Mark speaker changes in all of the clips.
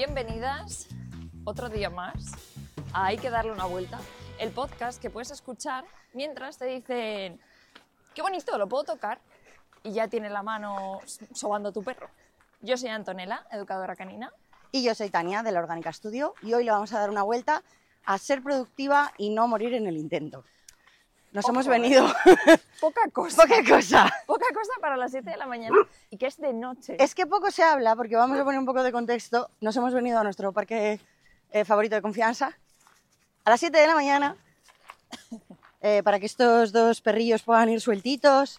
Speaker 1: bienvenidas otro día más a Hay que darle una vuelta, el podcast que puedes escuchar mientras te dicen, qué bonito, lo puedo tocar, y ya tiene la mano sobando a tu perro. Yo soy Antonella, educadora canina.
Speaker 2: Y yo soy Tania de la Orgánica Studio y hoy le vamos a dar una vuelta a ser productiva y no morir en el intento. Nos
Speaker 1: Ojo,
Speaker 2: hemos
Speaker 1: eh.
Speaker 2: venido
Speaker 1: Poca cosa,
Speaker 2: poca cosa.
Speaker 1: poca cosa para las 7 de la mañana y que es de noche.
Speaker 2: Es que poco se habla porque vamos a poner un poco de contexto. Nos hemos venido a nuestro parque eh, favorito de confianza a las 7 de la mañana eh, para que estos dos perrillos puedan ir sueltitos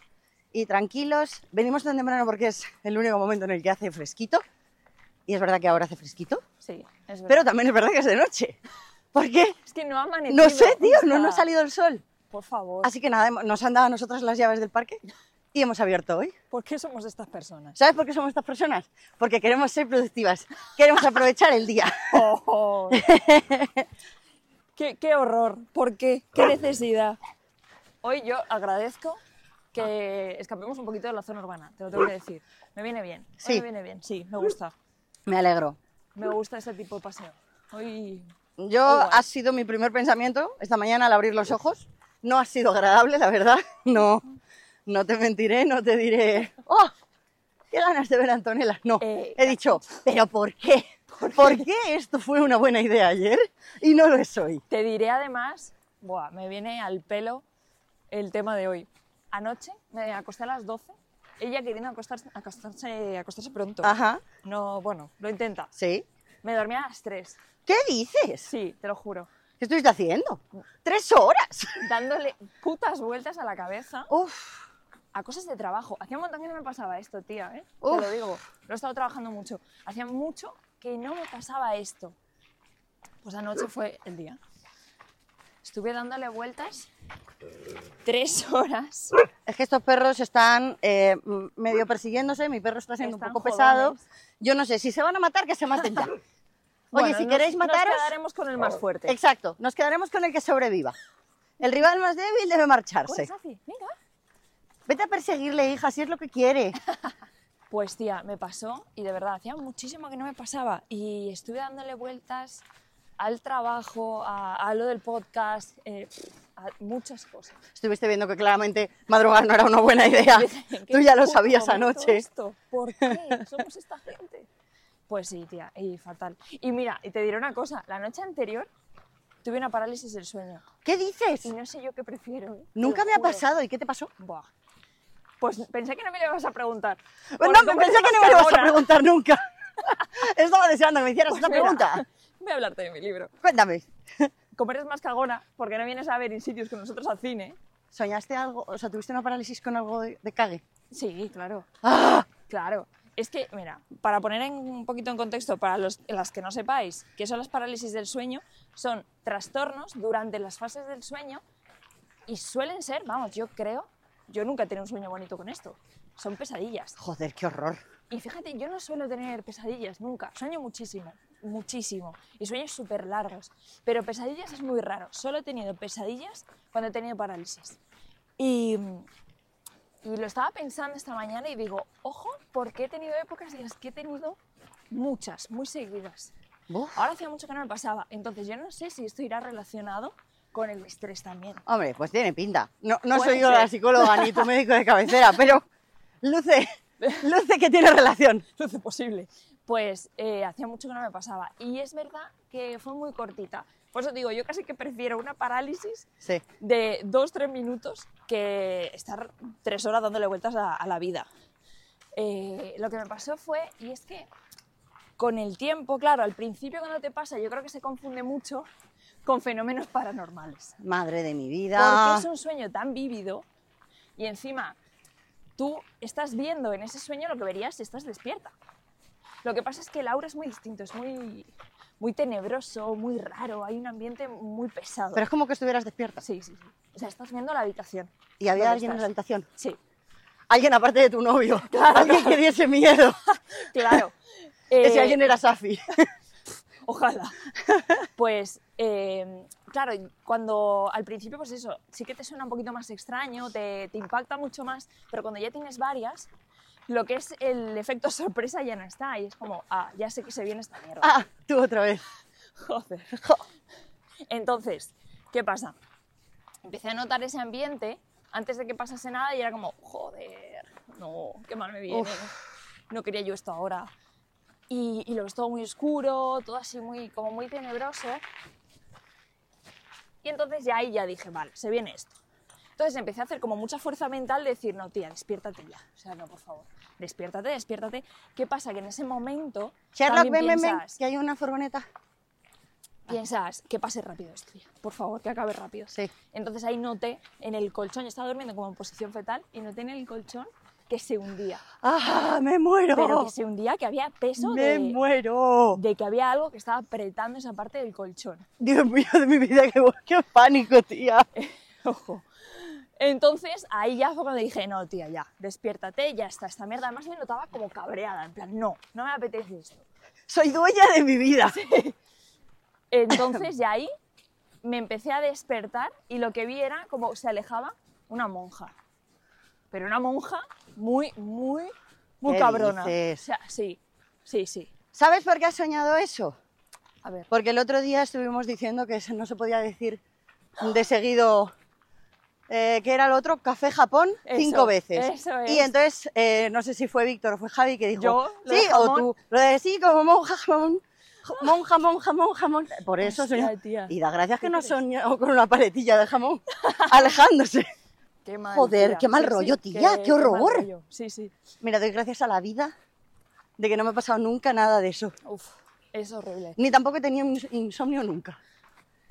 Speaker 2: y tranquilos. Venimos tan temprano porque es el único momento en el que hace fresquito y es verdad que ahora hace fresquito,
Speaker 1: Sí, es
Speaker 2: pero
Speaker 1: verdad.
Speaker 2: también es verdad que es de noche. ¿Por qué?
Speaker 1: es que no ha amanecido.
Speaker 2: No sé, tío, no nos ha
Speaker 1: hasta-
Speaker 2: salido el sol.
Speaker 1: Por favor,
Speaker 2: Así que nada, hemos- nos han dado a nosotras las llaves del parque y hemos abierto hoy.
Speaker 1: ¿por qué somos estas personas?
Speaker 2: ¿Sabes por qué somos estas personas? Porque queremos ser productivas, queremos aprovechar el día.
Speaker 1: Oh. qué, qué horror, ¿por qué? ¿Qué necesidad? Hoy yo agradezco que escapemos un poquito de la zona urbana, te lo tengo que decir. Me viene bien, hoy
Speaker 2: Sí.
Speaker 1: me viene bien, sí, me gusta.
Speaker 2: Me alegro.
Speaker 1: Me gusta este tipo de paseo. Hoy...
Speaker 2: Yo
Speaker 1: Oh, guau.
Speaker 2: ha sido mi primer pensamiento esta mañana al abrir los ojos. No ha sido agradable, la verdad. No, no te mentiré, no te diré, ¡oh! ¡Qué ganas de ver a Antonella! No,
Speaker 1: Eh,
Speaker 2: he dicho, ¿pero por qué? ¿Por, qué esto fue una buena idea ayer y no lo es hoy?
Speaker 1: Te diré además, buah, me viene al pelo el tema de hoy. Anoche me acosté a las 12, ella queriendo acostarse, acostarse, acostarse pronto.
Speaker 2: Ajá,
Speaker 1: No, bueno, lo intenta.
Speaker 2: sí.
Speaker 1: Me dormí a las 3,
Speaker 2: ¿Qué dices?
Speaker 1: sí, te lo juro.
Speaker 2: ¿Qué estuviste haciendo? ¡Tres horas!
Speaker 1: dándole putas vueltas a la cabeza
Speaker 2: Uf,
Speaker 1: a cosas de trabajo. Hacía un montón que no me pasaba esto, tía, ¿eh? Te
Speaker 2: Uf.
Speaker 1: lo digo. Lo he estado trabajando mucho. Hacía mucho que no me pasaba esto. Pues anoche fue el día. Estuve dándole vueltas tres horas.
Speaker 2: es que estos perros están eh, m- medio persiguiéndose, mi perro está siendo
Speaker 1: Están
Speaker 2: un poco pesado.
Speaker 1: jodones.
Speaker 2: Yo no sé, si se van a matar, que se maten ya. Oye,
Speaker 1: Bueno,
Speaker 2: si
Speaker 1: nos-
Speaker 2: queréis mataros...
Speaker 1: Nos quedaremos con el más fuerte.
Speaker 2: Exacto, nos quedaremos con el que sobreviva. El rival más débil debe
Speaker 1: Corre,
Speaker 2: marcharse.
Speaker 1: Safi, venga.
Speaker 2: Vete a perseguirle, hija, si es lo que quiere.
Speaker 1: Pues tía, me pasó y de verdad, hacía muchísimo que no me pasaba y estuve dándole vueltas al trabajo, a, a lo del podcast, eh, a muchas cosas.
Speaker 2: Estuviste viendo que claramente madrugar no era una buena idea.
Speaker 1: ¿En qué
Speaker 2: Ah, Tú ya lo
Speaker 1: puto
Speaker 2: sabías
Speaker 1: momento
Speaker 2: anoche.
Speaker 1: Esto? ¿Por qué somos esta gente? Pues sí, tía, y fatal. Y mira, y te diré una cosa, la noche anterior tuve una parálisis del sueño
Speaker 2: ¿Qué
Speaker 1: y
Speaker 2: dices?
Speaker 1: no sé yo qué prefiero. ¿eh? Te lo
Speaker 2: Nunca me ha
Speaker 1: juro.
Speaker 2: pasado. ¿Y qué te pasó?
Speaker 1: Buah. Pues pensé que no me lo ibas a preguntar.
Speaker 2: Pues
Speaker 1: Porque
Speaker 2: no,
Speaker 1: como
Speaker 2: pensé
Speaker 1: eres
Speaker 2: que no me lo ibas a
Speaker 1: mascarona,
Speaker 2: preguntar nunca. Estaba deseando que me hicieras
Speaker 1: pues
Speaker 2: esta
Speaker 1: mira,
Speaker 2: pregunta.
Speaker 1: Voy a hablarte de mi libro.
Speaker 2: Cuéntame,
Speaker 1: como eres más cagona, porque no vienes a ver en sitios con nosotros al cine.
Speaker 2: ¿soñaste algo? O sea, ¿tuviste una parálisis con algo de, de cague?
Speaker 1: Sí, claro.
Speaker 2: ¡Ah!
Speaker 1: Claro. Es que, mira, para poner en- un poquito en contexto para los, las que no sepáis qué son las parálisis del sueño, son trastornos durante las fases del sueño y suelen ser, vamos, yo creo, yo nunca he tenido un sueño bonito con esto, son pesadillas.
Speaker 2: Joder, qué horror.
Speaker 1: Y fíjate, yo no suelo tener pesadillas nunca. Sueño muchísimo, muchísimo. Y sueños súper largos. Pero pesadillas es muy raro. Solo he tenido pesadillas cuando he tenido parálisis. Y, y lo estaba pensando esta mañana y digo, ojo, porque he tenido épocas en las que he tenido muchas, muy seguidas.
Speaker 2: Buf.
Speaker 1: Ahora hacía mucho que no me pasaba. Entonces yo no sé si esto irá relacionado con el estrés también.
Speaker 2: Hombre, pues tiene pinta. No, no
Speaker 1: Puede
Speaker 2: soy yo la
Speaker 1: ser.
Speaker 2: psicóloga ni tu médico de cabecera, pero luce, luce que tiene relación.
Speaker 1: lo hace posible. Pues eh, hacía mucho que no me pasaba. Y es verdad que fue muy cortita. Por eso digo, yo casi que prefiero una parálisis
Speaker 2: Sí.
Speaker 1: de dos, tres minutos que estar tres horas dándole vueltas a, a la vida. Eh, lo que me pasó fue, y es que con el tiempo, claro, al principio cuando te pasa, yo creo que se confunde mucho con fenómenos paranormales.
Speaker 2: Madre de mi
Speaker 1: Porque
Speaker 2: vida.
Speaker 1: es un sueño tan vívido y encima tú estás viendo en ese sueño lo que verías si estás despierta. Lo que pasa es que el aura es muy distinto, es muy, muy tenebroso, muy raro, hay un ambiente muy pesado.
Speaker 2: Pero es como que estuvieras despierta.
Speaker 1: Sí, sí, sí. O sea, estás viendo la habitación.
Speaker 2: Y había
Speaker 1: ¿Dónde
Speaker 2: alguien en la
Speaker 1: estás?
Speaker 2: habitación.
Speaker 1: Sí,
Speaker 2: Alguien aparte de tu novio. Alguien que diese miedo.
Speaker 1: claro.
Speaker 2: Ese
Speaker 1: Eh,
Speaker 2: alguien era Safi.
Speaker 1: Ojalá. Pues, eh, claro, cuando al principio, pues eso, sí que te suena un poquito más extraño, te, te impacta mucho más, pero cuando ya tienes varias, lo que es el efecto sorpresa ya no está. Y es como, ah, ya sé que se viene esta mierda.
Speaker 2: Ah, tú otra vez.
Speaker 1: Joder. Entonces, ¿qué pasa? Empecé a notar ese ambiente antes de que pasase nada y era como, joder, no, qué mal me viene. No quería yo esto ahora. Y, y lo ves todo muy oscuro, todo así muy, como muy tenebroso. Y entonces ya ahí ya dije, vale, se viene esto. Entonces empecé a hacer como mucha fuerza mental de decir, no, tía, despiértate ya. O sea, no, por favor, despiértate, despiértate. ¿Qué pasa? Que en ese momento
Speaker 2: Sherlock,
Speaker 1: también
Speaker 2: ven, ven, ven,
Speaker 1: piensas,
Speaker 2: que hay una furgoneta.
Speaker 1: piensas que pase rápido esto, tía. Por favor, que acabe rápido.
Speaker 2: Sí.
Speaker 1: Entonces ahí noté en el colchón, yo estaba durmiendo como en posición fetal, y noté en el colchón que se hundía.
Speaker 2: ¡Ah, me muero!
Speaker 1: Pero que se hundía, que había peso
Speaker 2: ¡Me
Speaker 1: de,
Speaker 2: muero!
Speaker 1: de que había algo que estaba apretando esa parte del colchón.
Speaker 2: Dios mío de mi vida, qué, qué pánico, tía.
Speaker 1: Ojo. Entonces ahí ya fue cuando dije, no, tía, ya, despiértate, ya está esta mierda. Además me notaba como cabreada, en plan, no, no me apetece esto.
Speaker 2: Soy dueña de mi vida.
Speaker 1: Entonces ya ahí me empecé a despertar y lo que vi era como se alejaba una monja. Pero una monja muy, muy, muy
Speaker 2: ¿Qué
Speaker 1: cabrona.
Speaker 2: dices?
Speaker 1: O sea, sí, sí, sí.
Speaker 2: ¿Sabes por qué has soñado eso?
Speaker 1: A ver.
Speaker 2: Porque el otro día estuvimos diciendo que se- no se podía decir de seguido eh, que era el otro Café Japón
Speaker 1: Eso,
Speaker 2: cinco veces.
Speaker 1: eso es.
Speaker 2: Y entonces, eh, no sé si fue Víctor o fue Javi que dijo,
Speaker 1: Yo, lo
Speaker 2: sí,
Speaker 1: de
Speaker 2: o
Speaker 1: jamón.
Speaker 2: tú, lo de sí, como monja, jamón, jamón, jamón, jamón, jamón. Por eso
Speaker 1: Hostia,
Speaker 2: soñó.
Speaker 1: tía.
Speaker 2: Y da gracias que
Speaker 1: ¿Qué
Speaker 2: no
Speaker 1: crees?
Speaker 2: soñó con una paletilla de jamón, alejándose.
Speaker 1: Qué mal,
Speaker 2: Joder,
Speaker 1: tía.
Speaker 2: qué mal rollo, tía, qué
Speaker 1: mal
Speaker 2: horror.
Speaker 1: rollo. Sí, sí.
Speaker 2: Mira, doy gracias a la vida de que no me ha pasado nunca nada de eso.
Speaker 1: Uf, es horrible.
Speaker 2: Ni tampoco he tenido ins- insomnio nunca,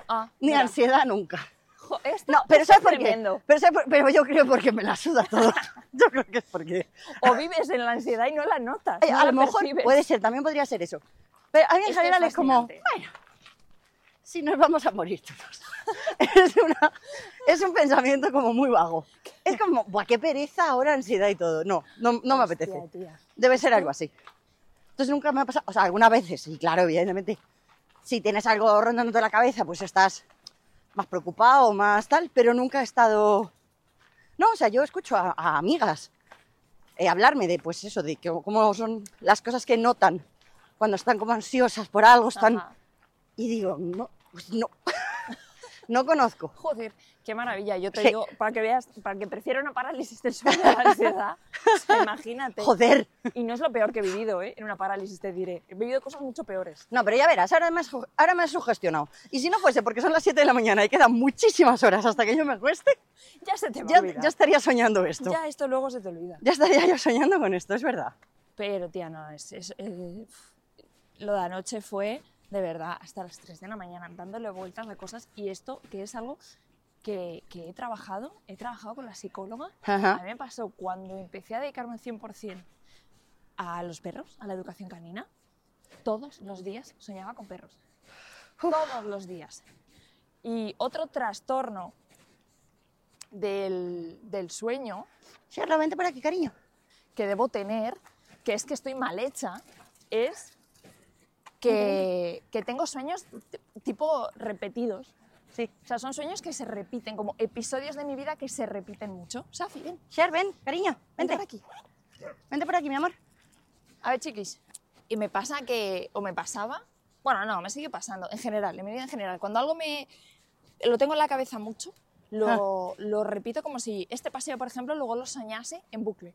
Speaker 1: Ah,
Speaker 2: ni
Speaker 1: mira.
Speaker 2: ansiedad nunca.
Speaker 1: Jo, esto-
Speaker 2: No, pero
Speaker 1: esto
Speaker 2: ¿sabes
Speaker 1: es
Speaker 2: por
Speaker 1: tremendo.
Speaker 2: qué? Pero, ¿sabes por- pero yo creo porque me la suda todo. Yo creo que es porque...
Speaker 1: O vives en la ansiedad y no la notas.
Speaker 2: Eh,
Speaker 1: no
Speaker 2: a
Speaker 1: la
Speaker 2: lo mejor
Speaker 1: percibes.
Speaker 2: puede ser, también podría ser eso. Pero a mí en
Speaker 1: Es que
Speaker 2: general
Speaker 1: es
Speaker 2: es como,
Speaker 1: fascinante.
Speaker 2: bueno, si nos vamos a morir todos. es, una- es un pensamiento como muy vago. Es como, buah, qué pereza ahora, ansiedad y todo. No, no, no
Speaker 1: Hostia,
Speaker 2: me apetece.
Speaker 1: tía.
Speaker 2: Debe ser algo así. Entonces nunca me ha pasado, o sea, algunas veces, sí, claro, evidentemente. Si tienes algo rondándote la cabeza, pues estás más preocupado, más tal, pero nunca he estado... No, o sea, yo escucho a, a amigas eh, hablarme de, pues eso, de que- cómo son las cosas que notan cuando están como ansiosas por algo, están...
Speaker 1: Ajá.
Speaker 2: Y digo, no, pues no, no conozco.
Speaker 1: Joder, qué maravilla. Yo te
Speaker 2: Sí.
Speaker 1: digo, para que veas, para que prefiero una parálisis del sueño a la ansiedad. O sea, imagínate.
Speaker 2: Joder.
Speaker 1: Y no es lo peor que he vivido, ¿eh? En una parálisis te diré. He vivido cosas mucho peores.
Speaker 2: No, pero ya verás, ahora me, has, ju- ahora me has sugestionado. Y si no fuese porque son las 7 de la mañana y quedan muchísimas horas hasta que yo me acueste,
Speaker 1: Ya se te va a
Speaker 2: ya,
Speaker 1: olvidar.
Speaker 2: ya estaría soñando esto.
Speaker 1: Ya esto luego se te olvida.
Speaker 2: Ya estaría yo soñando con esto, es verdad.
Speaker 1: Pero, tía, no, es, es- eh, lo de anoche fue, de verdad, hasta las 3 de la mañana, dándole vueltas a cosas. Y esto, que es algo que, que he trabajado, he trabajado con la psicóloga.
Speaker 2: Ajá.
Speaker 1: A mí me pasó cuando empecé a dedicarme 100% a los perros, a la educación canina, todos los días soñaba con perros. Todos los días. Y otro trastorno del, del sueño
Speaker 2: Sherlock, vente por aquí, cariño.
Speaker 1: que debo tener, que es que estoy mal hecha, es que, que tengo sueños t- tipo repetidos.
Speaker 2: Sí.
Speaker 1: O sea, son sueños que se repiten, como episodios de mi vida que se repiten mucho. Safi, ven,
Speaker 2: Sher, ven, cariño,
Speaker 1: vente
Speaker 2: vente.
Speaker 1: por aquí.
Speaker 2: Vente por aquí, mi amor.
Speaker 1: A ver, chiquis, y me pasa que, o me pasaba, bueno, no, me sigue pasando, en general, en mi vida en general, cuando algo me, lo tengo en la cabeza mucho, lo, lo repito como si este paseo, por ejemplo, luego lo soñase en bucle.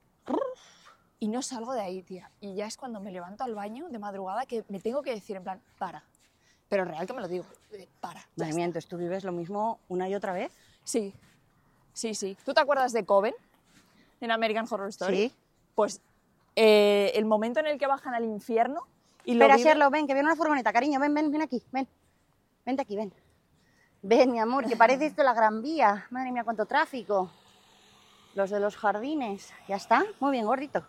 Speaker 1: Y no salgo de ahí, tía. Y ya es cuando me levanto al baño de madrugada que me tengo que decir en plan, para. Pero real que me lo digo, eh, para. ya
Speaker 2: Madre
Speaker 1: está.
Speaker 2: mía, entonces tú vives lo mismo una y otra vez.
Speaker 1: Sí, sí, sí. ¿Tú te acuerdas de Coven? En American Horror Story.
Speaker 2: Sí.
Speaker 1: Pues eh, el momento en el que bajan al infierno y lo
Speaker 2: Espera,
Speaker 1: viven-
Speaker 2: Sherlock, ven, que viene una furgoneta, cariño, ven, ven, ven aquí, ven. Vente aquí, ven. Ven, mi amor, que parece esto la Gran Vía. Madre mía, cuánto tráfico. Los de los jardines. ¿Ya está? Muy bien, gordito.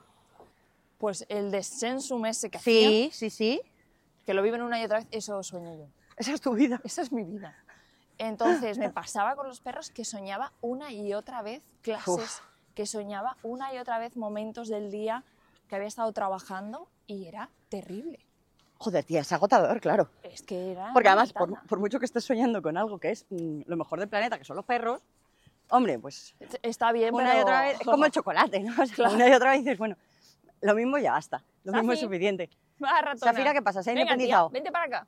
Speaker 1: Pues el descensum ese que hacía,
Speaker 2: Sí, sí, sí.
Speaker 1: que lo viven una y otra vez, eso sueño yo.
Speaker 2: Esa es tu vida.
Speaker 1: Esa es mi vida. Entonces me pasaba con los perros que soñaba una y otra vez clases,
Speaker 2: Uf.
Speaker 1: que soñaba una y otra vez momentos del día que había estado trabajando y era terrible.
Speaker 2: Joder, tía, es agotador, claro.
Speaker 1: Es que era.
Speaker 2: Porque
Speaker 1: una
Speaker 2: además, por,
Speaker 1: ventana.
Speaker 2: por mucho que estés soñando con algo que es mm, lo mejor del planeta, que son los perros, hombre, pues
Speaker 1: Está bien,
Speaker 2: una
Speaker 1: pero.
Speaker 2: y otra vez, es como el chocolate, ¿no? O sea,
Speaker 1: Claro. Ah,
Speaker 2: Una y otra vez dices, bueno, lo mismo ya basta, lo mismo es
Speaker 1: Safi.
Speaker 2: suficiente.
Speaker 1: Va, ratona.
Speaker 2: Zafira, ¿qué pasa? Se ha
Speaker 1: Venga, tía,
Speaker 2: independizado.
Speaker 1: vente para acá.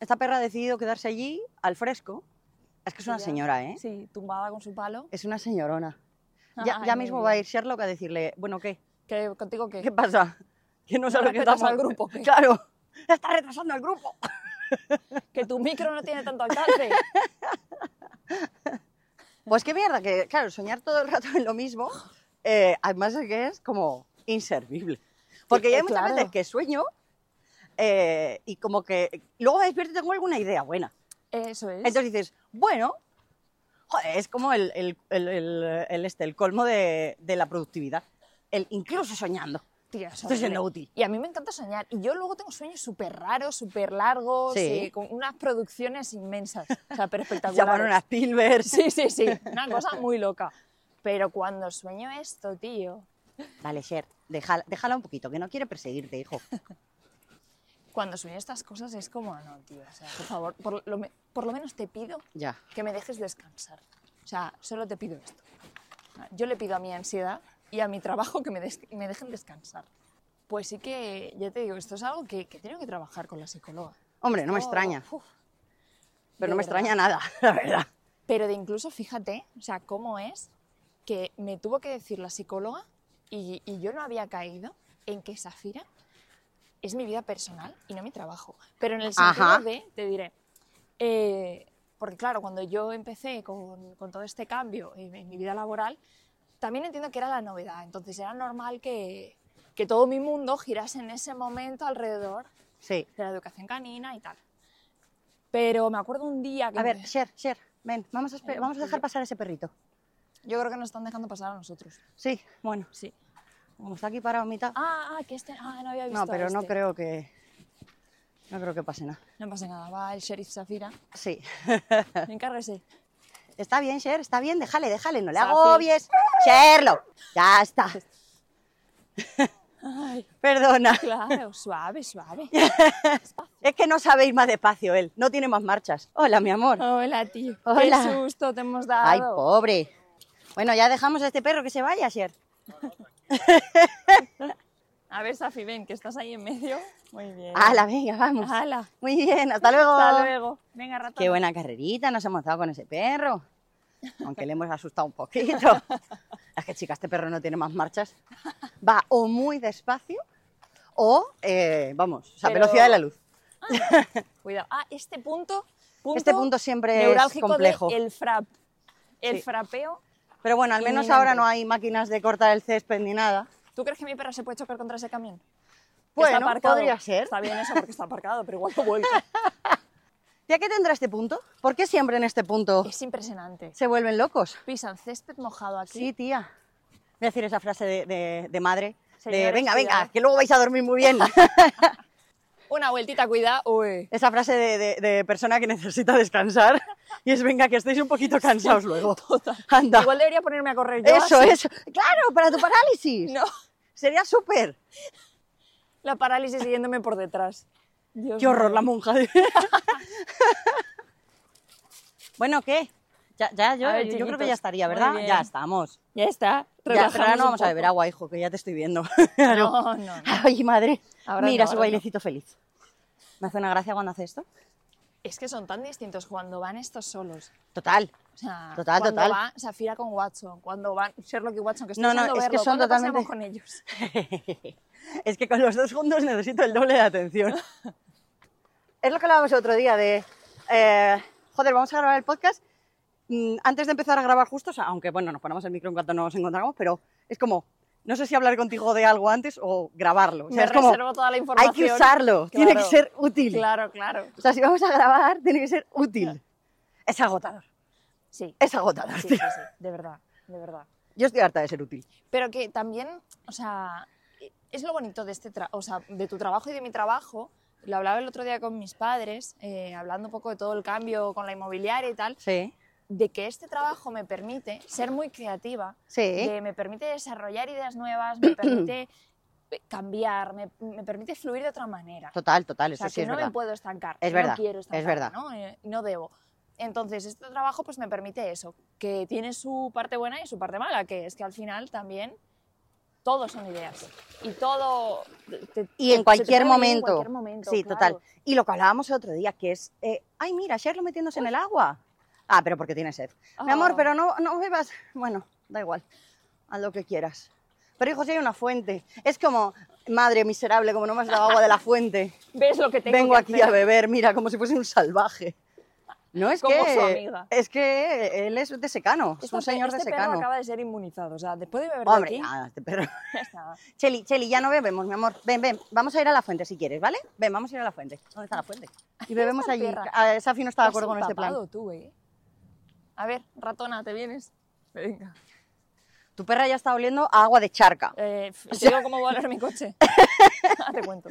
Speaker 2: Esta perra ha decidido quedarse allí al fresco. Es que es una
Speaker 1: ya.
Speaker 2: señora, ¿eh?
Speaker 1: Sí, tumbada con su palo.
Speaker 2: Es una señorona. Ya,
Speaker 1: Ay,
Speaker 2: ya
Speaker 1: muy
Speaker 2: mismo
Speaker 1: bien.
Speaker 2: va a ir Sherlock a decirle, bueno, ¿qué?
Speaker 1: Que contigo qué.
Speaker 2: ¿Qué pasa? Que no sabe que
Speaker 1: respetas
Speaker 2: estamos
Speaker 1: al grupo, ¿qué?
Speaker 2: Claro, está retrasando al grupo.
Speaker 1: Que tu micro no tiene tanto alcance.
Speaker 2: Pues qué mierda, que claro, soñar todo el rato en lo mismo, eh, además es que es como inservible. Porque ya hay
Speaker 1: Eh,
Speaker 2: muchas
Speaker 1: claro.
Speaker 2: veces que sueño eh, y como que luego me despierto y tengo alguna idea buena.
Speaker 1: Eso es.
Speaker 2: Entonces dices, bueno, joder, es como el, el- el- el- el este, el colmo de, de la productividad. El incluso soñando.
Speaker 1: Tía,
Speaker 2: Estoy siendo útil.
Speaker 1: Y a mí me encanta soñar. Y yo luego tengo sueños súper raros, súper largos,
Speaker 2: Sí.
Speaker 1: y con unas producciones inmensas. O sea, pero espectaculares.
Speaker 2: Llamaron a Spielberg.
Speaker 1: Sí, sí, sí. Una cosa muy loca. Pero cuando sueño esto, tío,
Speaker 2: Vale, Sher, déjala, déjala un poquito, que no quiere perseguirte, hijo.
Speaker 1: cuando sueño estas cosas es como, "Ah, no, tío, o sea, por favor, por lo, me- por lo menos te pido
Speaker 2: Ya.
Speaker 1: que me dejes descansar. O sea, solo te pido esto. Yo le pido a mi ansiedad y a mi trabajo que me, des- me dejen descansar. Pues sí que, ya te digo, esto es algo que, que tengo que trabajar con la psicóloga.
Speaker 2: Hombre, no me
Speaker 1: Oh,
Speaker 2: extraña,
Speaker 1: uf.
Speaker 2: pero
Speaker 1: de
Speaker 2: no me
Speaker 1: verdad.
Speaker 2: extraña nada, la verdad.
Speaker 1: Pero de incluso, fíjate, o sea, cómo es que me tuvo que decir la psicóloga y, y yo no había caído en que Zafira es mi vida personal y no mi trabajo. Pero en el sentido
Speaker 2: Ajá.
Speaker 1: de, te diré, eh, porque claro, cuando yo empecé con, con todo este cambio en, en mi vida laboral, también entiendo que era la novedad. Entonces era normal que, que todo mi mundo girase en ese momento alrededor
Speaker 2: Sí.
Speaker 1: de la educación canina y tal. Pero me acuerdo un día que...
Speaker 2: A ver,
Speaker 1: empe-
Speaker 2: Sher, Sher, ven, vamos a,
Speaker 1: Eh,
Speaker 2: esper- vamos a dejar pasar a ese perrito.
Speaker 1: Yo creo que nos están dejando pasar a nosotros.
Speaker 2: Sí, bueno,
Speaker 1: Sí.
Speaker 2: como está aquí parado en mitad.
Speaker 1: Ah, ah, que este. Ah, no había visto.
Speaker 2: no, pero
Speaker 1: a
Speaker 2: no
Speaker 1: este.
Speaker 2: creo que. No creo que pase nada.
Speaker 1: No pasa nada, va el sheriff Zafira.
Speaker 2: Sí.
Speaker 1: Encárguese.
Speaker 2: está bien, Sher, está bien, déjale, déjale, no le
Speaker 1: Safi.
Speaker 2: agobies. Sherlock, ya está.
Speaker 1: Ay,
Speaker 2: Perdona.
Speaker 1: claro, suave, suave.
Speaker 2: Es que no sabéis más despacio él, no tiene más marchas. Hola, mi amor.
Speaker 1: Hola, tío.
Speaker 2: Hola.
Speaker 1: Qué susto te hemos dado.
Speaker 2: Ay, pobre. Bueno, ya dejamos a este perro que se vaya, Sher.
Speaker 1: a ver, Safi, ven, que estás ahí en medio. Muy bien.
Speaker 2: Ala, venga, vamos.
Speaker 1: Eh. Hala.
Speaker 2: Muy bien, hasta luego.
Speaker 1: Hasta luego. Venga, ratón.
Speaker 2: Qué buena carrerita nos hemos dado con ese perro. Aunque le hemos asustado un poquito. Es que, chica, este perro no tiene más marchas. Va o muy despacio o, eh, vamos, o sea,
Speaker 1: Pero-
Speaker 2: velocidad de la luz.
Speaker 1: Cuidado. Ah, este punto. punto
Speaker 2: Este punto siempre es
Speaker 1: neurálgico de
Speaker 2: complejo.
Speaker 1: el frap. El
Speaker 2: Sí.
Speaker 1: frapeo.
Speaker 2: Pero bueno, al menos
Speaker 1: Inminente.
Speaker 2: ahora no hay máquinas de cortar el césped ni nada.
Speaker 1: ¿Tú crees que mi perro se puede chocar contra ese camión? Que
Speaker 2: Bueno,
Speaker 1: está aparcado.
Speaker 2: podría ser.
Speaker 1: Está bien eso porque está aparcado, pero igual lo vuelca.
Speaker 2: ¿Ya qué tendrá este punto? ¿Por qué siempre en este punto
Speaker 1: Es impresionante.
Speaker 2: se vuelven locos?
Speaker 1: Pisan césped mojado aquí.
Speaker 2: Sí, tía. Voy a decir esa frase de, de- de madre. de,
Speaker 1: Señores,
Speaker 2: venga, venga,
Speaker 1: cuidado".
Speaker 2: que luego vais a dormir muy bien.
Speaker 1: Una vueltita, cuidado. Uy.
Speaker 2: Esa frase de, de- de persona que necesita descansar y es venga que estéis un poquito cansados luego. Anda.
Speaker 1: Igual debería ponerme a correr yo.
Speaker 2: Eso,
Speaker 1: así.
Speaker 2: eso. Claro, para tu parálisis.
Speaker 1: No,
Speaker 2: Sería súper.
Speaker 1: la parálisis siguiéndome por detrás. Dios
Speaker 2: Qué horror
Speaker 1: mío.
Speaker 2: la monja. bueno, ¿qué? Ya, ya, yo,
Speaker 1: A ver,
Speaker 2: yo creo que
Speaker 1: chiquitos.
Speaker 2: ya estaría,
Speaker 1: Muy
Speaker 2: ¿verdad?
Speaker 1: bien.
Speaker 2: Ya estamos.
Speaker 1: Ya está.
Speaker 2: Ya,
Speaker 1: relajamos
Speaker 2: pero ahora no
Speaker 1: un
Speaker 2: vamos a
Speaker 1: poco.
Speaker 2: beber agua, hijo, que ya te estoy viendo.
Speaker 1: No, no, no.
Speaker 2: Ay, madre.
Speaker 1: Ahora
Speaker 2: Mira
Speaker 1: no,
Speaker 2: su
Speaker 1: ahora
Speaker 2: bailecito feliz. Me hace una gracia cuando hace esto.
Speaker 1: Es que son tan distintos cuando van estos solos.
Speaker 2: Total.
Speaker 1: O sea,
Speaker 2: Total,
Speaker 1: cuando
Speaker 2: total.
Speaker 1: va Safira con Watson, cuando van Sherlock y Watson, que estoy
Speaker 2: No, no,
Speaker 1: deseando
Speaker 2: es que
Speaker 1: verlo,
Speaker 2: son
Speaker 1: ¿cuándo
Speaker 2: totalmente-
Speaker 1: paseamos con ellos?
Speaker 2: es que con los dos juntos necesito el doble de atención. Es lo que hablábamos el otro día de, eh, joder, vamos a grabar el podcast. Mm, Antes de empezar a grabar justo, o sea, aunque bueno, nos ponemos el micro en cuanto nos encontramos, pero es como, no sé si hablar contigo de algo antes o grabarlo. O sea,
Speaker 1: Me
Speaker 2: es como,
Speaker 1: reservo toda la
Speaker 2: hay
Speaker 1: información.
Speaker 2: que usarlo, tiene que
Speaker 1: Claro.
Speaker 2: ser útil.
Speaker 1: Claro, claro.
Speaker 2: O sea, si vamos a grabar, tiene que ser útil. Es agotador,
Speaker 1: Sí.
Speaker 2: es agotador.
Speaker 1: Sí, sí,
Speaker 2: tío.
Speaker 1: sí, de verdad, de verdad.
Speaker 2: Yo estoy harta de ser útil.
Speaker 1: Pero que también, o sea, e, es lo bonito de, este tra- o sea, de tu trabajo y de mi trabajo. Lo hablaba el otro día con mis padres, eh, hablando un poco de todo el cambio con la inmobiliaria y tal,
Speaker 2: Sí,
Speaker 1: de que este trabajo me permite ser muy creativa,
Speaker 2: sí.
Speaker 1: que me permite desarrollar ideas nuevas, me permite eh, cambiar, me, me permite fluir de otra manera.
Speaker 2: Total, total,
Speaker 1: O
Speaker 2: eso
Speaker 1: sea,
Speaker 2: sí
Speaker 1: que
Speaker 2: es
Speaker 1: no
Speaker 2: verdad.
Speaker 1: me puedo estancar.
Speaker 2: Es
Speaker 1: no
Speaker 2: verdad,
Speaker 1: quiero
Speaker 2: es
Speaker 1: estancarme,
Speaker 2: verdad.
Speaker 1: ¿no? Eh, no debo. Entonces, este trabajo pues me permite eso, que tiene su parte buena y su parte mala, que es que al final también Todo son ideas. Y todo... te- Eh,
Speaker 2: Y en
Speaker 1: se te
Speaker 2: cualquier,
Speaker 1: puede venir en
Speaker 2: momento.
Speaker 1: cualquier momento,
Speaker 2: Sí,
Speaker 1: claro.
Speaker 2: total. Y lo que hablábamos el otro día, que es, eh, ay, mira, Sherlock metiéndose en el agua. Ah, pero porque tiene sed. Mi amor,
Speaker 1: Ah.
Speaker 2: pero no, no bebas. Bueno, da igual. Haz lo que quieras. Pero hijo, si hay una fuente. Es como, madre miserable, como no me has dado agua de la fuente.
Speaker 1: ¿Ves lo que tengo
Speaker 2: Vengo
Speaker 1: que
Speaker 2: aquí
Speaker 1: hacer?
Speaker 2: a beber, mira, como si fuese un salvaje. No es
Speaker 1: Como
Speaker 2: que.
Speaker 1: su amiga.
Speaker 2: Es que él es de secano, es
Speaker 1: Este
Speaker 2: un
Speaker 1: pe-
Speaker 2: señor de
Speaker 1: este
Speaker 2: secano.
Speaker 1: perro acaba de ser inmunizado. O sea, después de beber de
Speaker 2: Hombre,
Speaker 1: aquí,
Speaker 2: nada, este perro.
Speaker 1: ya está.
Speaker 2: Cheli, Cheli, ya no bebemos, mi amor. Ven, ven, vamos a ir a la fuente si quieres, ¿vale? Ven, vamos a ir a la fuente. ¿Dónde está la fuente? Y bebemos
Speaker 1: está
Speaker 2: allí.
Speaker 1: perra.
Speaker 2: Ah, Safi no está
Speaker 1: Te
Speaker 2: de
Speaker 1: has
Speaker 2: acuerdo con este plan.
Speaker 1: empapado tú, ¿eh? A ver, ratona, ¿te vienes? Venga.
Speaker 2: Tu perra ya está oliendo a agua de charca.
Speaker 1: Eh, f- ¿Te digo cómo voy a oler mi coche? Ah, te cuento.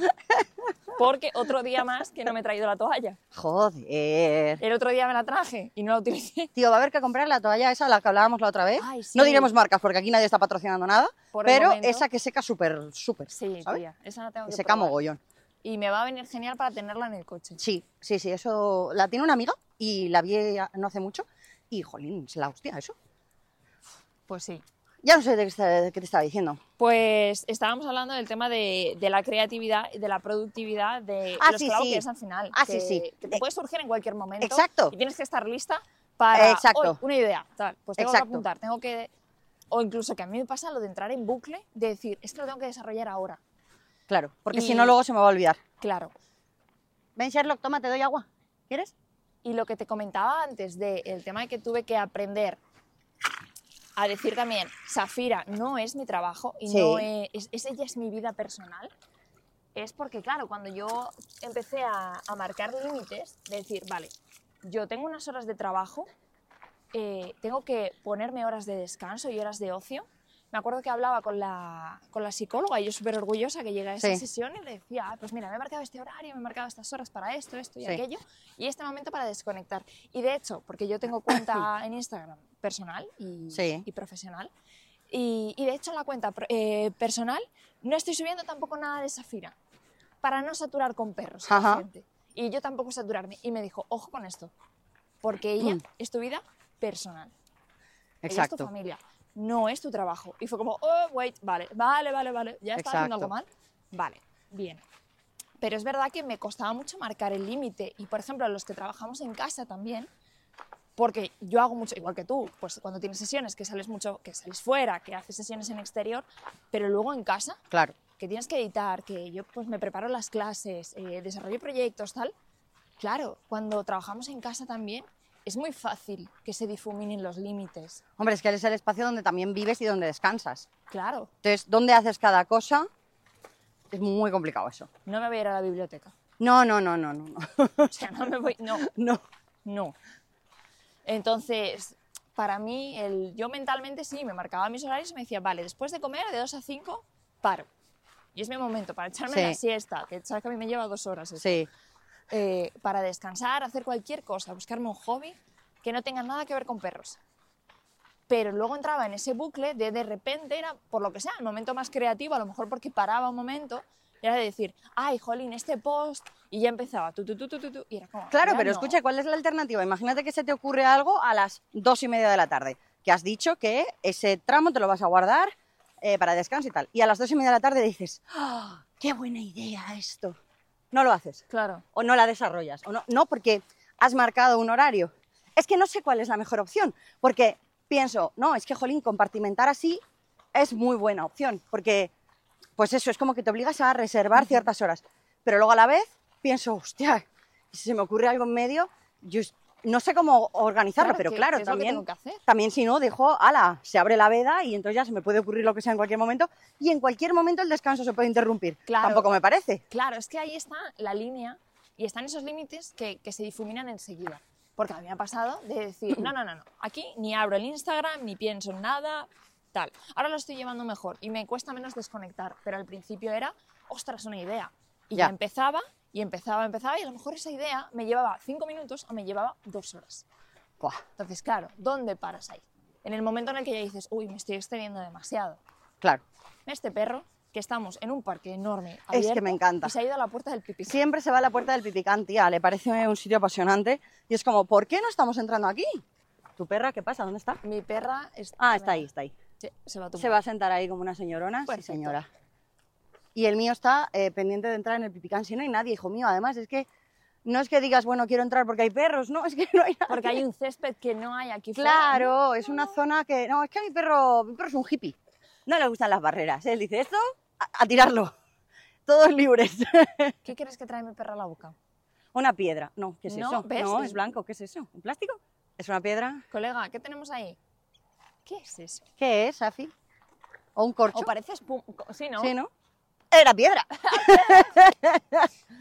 Speaker 1: Porque otro día más que no me he traído la toalla.
Speaker 2: Joder.
Speaker 1: El otro día me la traje y no la utilicé.
Speaker 2: Tío, va a haber que comprar la toalla esa, la que hablábamos la otra vez.
Speaker 1: Ay, sí.
Speaker 2: No diremos marcas porque aquí nadie está patrocinando nada.
Speaker 1: Por el
Speaker 2: pero
Speaker 1: momento.
Speaker 2: esa que seca súper, súper.
Speaker 1: Sí,
Speaker 2: ¿sabes?
Speaker 1: tía, esa la tengo
Speaker 2: Que
Speaker 1: que
Speaker 2: seca
Speaker 1: probar.
Speaker 2: mogollón.
Speaker 1: Y me va a venir genial para tenerla en el coche.
Speaker 2: Sí, sí, sí, eso la tiene una amiga y la vi a- no hace mucho y, jolín, es la hostia eso.
Speaker 1: Pues sí.
Speaker 2: Ya no sé de qué, está- de qué te estaba diciendo.
Speaker 1: Pues estábamos hablando del tema de, de la creatividad y de la productividad de
Speaker 2: Ah,
Speaker 1: los
Speaker 2: sí, sí.
Speaker 1: clauques al final.
Speaker 2: Ah,
Speaker 1: que,
Speaker 2: sí, sí.
Speaker 1: que te puede surgir en cualquier momento.
Speaker 2: Exacto.
Speaker 1: Y tienes que estar lista para
Speaker 2: Exacto.
Speaker 1: "Hoy, una idea. Tal, pues tengo
Speaker 2: Exacto.
Speaker 1: que apuntar, tengo que. O incluso que a mí me pasa lo de entrar en bucle, de decir, es que lo tengo que desarrollar ahora.
Speaker 2: Claro, porque si
Speaker 1: Y-
Speaker 2: no luego se me va a olvidar.
Speaker 1: Claro.
Speaker 2: Ven, Sherlock, toma, te doy agua. ¿Quieres?
Speaker 1: Y lo que te comentaba antes del tema de que tuve que aprender a decir también, Safira no es mi trabajo y
Speaker 2: Sí.
Speaker 1: no es, es- es- ella es mi vida personal, es porque, claro, cuando yo empecé a, a marcar límites, de decir, vale, yo tengo unas horas de trabajo, eh, tengo que ponerme horas de descanso y horas de ocio. Me acuerdo que hablaba con la, con la psicóloga y yo súper orgullosa que llegué a esa
Speaker 2: Sí.
Speaker 1: sesión y le decía, "Ah, pues mira, me he marcado este horario, me he marcado estas horas para esto, esto y
Speaker 2: Sí.
Speaker 1: aquello, y este momento para desconectar. Y de hecho, porque yo tengo cuenta en Instagram personal y,
Speaker 2: Sí.
Speaker 1: y profesional, y, y de hecho en la cuenta pro- eh, personal no estoy subiendo tampoco nada de Safira, para no saturar con perros a la
Speaker 2: Ajá.
Speaker 1: gente. Y yo tampoco saturarme. Y me dijo, ojo con esto, porque ella
Speaker 2: Mm.
Speaker 1: es tu vida personal. Ella es tu
Speaker 2: Exacto.
Speaker 1: familia, no es tu trabajo. Y fue como, oh, wait, vale, vale, vale, vale, ya está haciendo
Speaker 2: Exacto.
Speaker 1: algo mal. Vale, bien. Pero es verdad que me costaba mucho marcar el límite. Y por ejemplo, los que trabajamos en casa también, porque yo hago mucho, igual que tú, pues cuando tienes sesiones, que sales mucho, que sales fuera, que haces sesiones en exterior, pero luego en casa,
Speaker 2: Claro.
Speaker 1: que tienes que editar, que yo pues me preparo las clases, eh, desarrollo proyectos, tal. Claro, cuando trabajamos en casa también, es muy fácil que se difuminen los límites.
Speaker 2: Hombre, es que es el espacio donde también vives y donde descansas.
Speaker 1: Claro,
Speaker 2: Entonces, ¿dónde haces cada cosa? Es muy complicado eso.
Speaker 1: no me voy a ir a la biblioteca.
Speaker 2: No, no, no, no, no. No.
Speaker 1: O sea, no me voy, no,
Speaker 2: no.
Speaker 1: no. Entonces, para mí, el, yo mentalmente sí, me marcaba mis horarios y me decía, vale, después de comer, de 2 a 5, paro. Y es mi momento para echarme
Speaker 2: Sí.
Speaker 1: la siesta, que sabes que a mí me lleva dos horas. esto.
Speaker 2: Sí.
Speaker 1: Eh, para descansar, hacer cualquier cosa, buscarme un hobby que no tenga nada que ver con perros. Pero luego entraba en ese bucle de de repente era, por lo que sea, el momento más creativo, a lo mejor porque paraba un momento, era de decir, ay, jolín, este post, y ya empezaba, tú, tú, tú, tú, tú, tú, y era como...
Speaker 2: Claro,
Speaker 1: ya
Speaker 2: pero
Speaker 1: no.
Speaker 2: escucha, ¿cuál es la alternativa? Imagínate que se te ocurre algo a las dos y media de la tarde, que has dicho que ese tramo te lo vas a guardar eh, para descanso y tal. Y a las dos y media de la tarde dices, "Ah, ¡qué buena idea esto! No lo haces,
Speaker 1: Claro,
Speaker 2: o no la desarrollas, o no, no porque has marcado un horario. Es que no sé cuál es la mejor opción, porque pienso, no, es que, jolín, compartimentar así es muy buena opción, porque, pues eso, es como que te obligas a reservar ciertas horas. Pero luego a la vez pienso, hostia, si se me ocurre algo en medio, yo es- no sé cómo organizarlo,
Speaker 1: Claro,
Speaker 2: pero
Speaker 1: ¿qué-
Speaker 2: claro,
Speaker 1: qué es lo que
Speaker 2: también,
Speaker 1: tengo que hacer?
Speaker 2: también si no, dejo, ala, se abre la veda y entonces ya se me puede ocurrir lo que sea en cualquier momento, y en cualquier momento el descanso se puede interrumpir.
Speaker 1: Claro.
Speaker 2: Tampoco me parece.
Speaker 1: claro, es que ahí está la línea y están esos límites que, que se difuminan enseguida. Porque a mí me ha pasado de decir, no, no, no, no, aquí ni abro el Instagram, ni pienso en nada, tal. Ahora lo estoy llevando mejor y me cuesta menos desconectar, pero al principio era, ostras, una idea. Y ya,
Speaker 2: Ya.
Speaker 1: empezaba, y empezaba, empezaba, y a lo mejor esa idea me llevaba cinco minutos o me llevaba dos horas.
Speaker 2: Buah,
Speaker 1: Entonces, claro, ¿dónde paras ahí? En el momento en el que ya dices, uy, me estoy extendiendo demasiado.
Speaker 2: claro.
Speaker 1: Este perro, que estamos en un parque enorme,
Speaker 2: Es que
Speaker 1: abierto,
Speaker 2: me encanta.
Speaker 1: y se ha ido a la puerta del pipí.
Speaker 2: siempre se va a la puerta del Pipicán, tía, le parece un sitio apasionante y es como, ¿por qué no estamos entrando aquí? ¿Tu perra qué pasa? ¿Dónde está?
Speaker 1: Mi perra es
Speaker 2: Ah, está ahí, está ahí.
Speaker 1: Sí, se va a tumbar.
Speaker 2: Se va a sentar ahí como una señorona. Sí,
Speaker 1: Perfecto.
Speaker 2: señora. Y el mío está eh, pendiente de entrar en el pipicán. Si no hay nadie, hijo mío. Además, es que no es que digas, bueno, quiero entrar porque hay perros. No, es que no hay nadie.
Speaker 1: Porque hay un césped que no hay aquí fuera, ¿no?
Speaker 2: Claro, es una zona que... No, es que mi perro, mi perro es un hippie. No le gustan las barreras. ¿eh? Él dice, esto, a, a tirarlo. Todos libres.
Speaker 1: ¿Qué quieres que trae mi perra a la boca?
Speaker 2: una piedra. No, ¿qué es
Speaker 1: No,
Speaker 2: eso?
Speaker 1: ¿ves?
Speaker 2: No,
Speaker 1: Es-
Speaker 2: es blanco. ¿Qué es eso? ¿Un plástico? ¿Es una piedra?
Speaker 1: Colega, ¿qué tenemos ahí? ¿Qué es eso?
Speaker 2: ¿Qué es, Afi? ¿O un corcho?
Speaker 1: O parece espuma. Sí, ¿no?
Speaker 2: Sí, ¿no? Era piedra.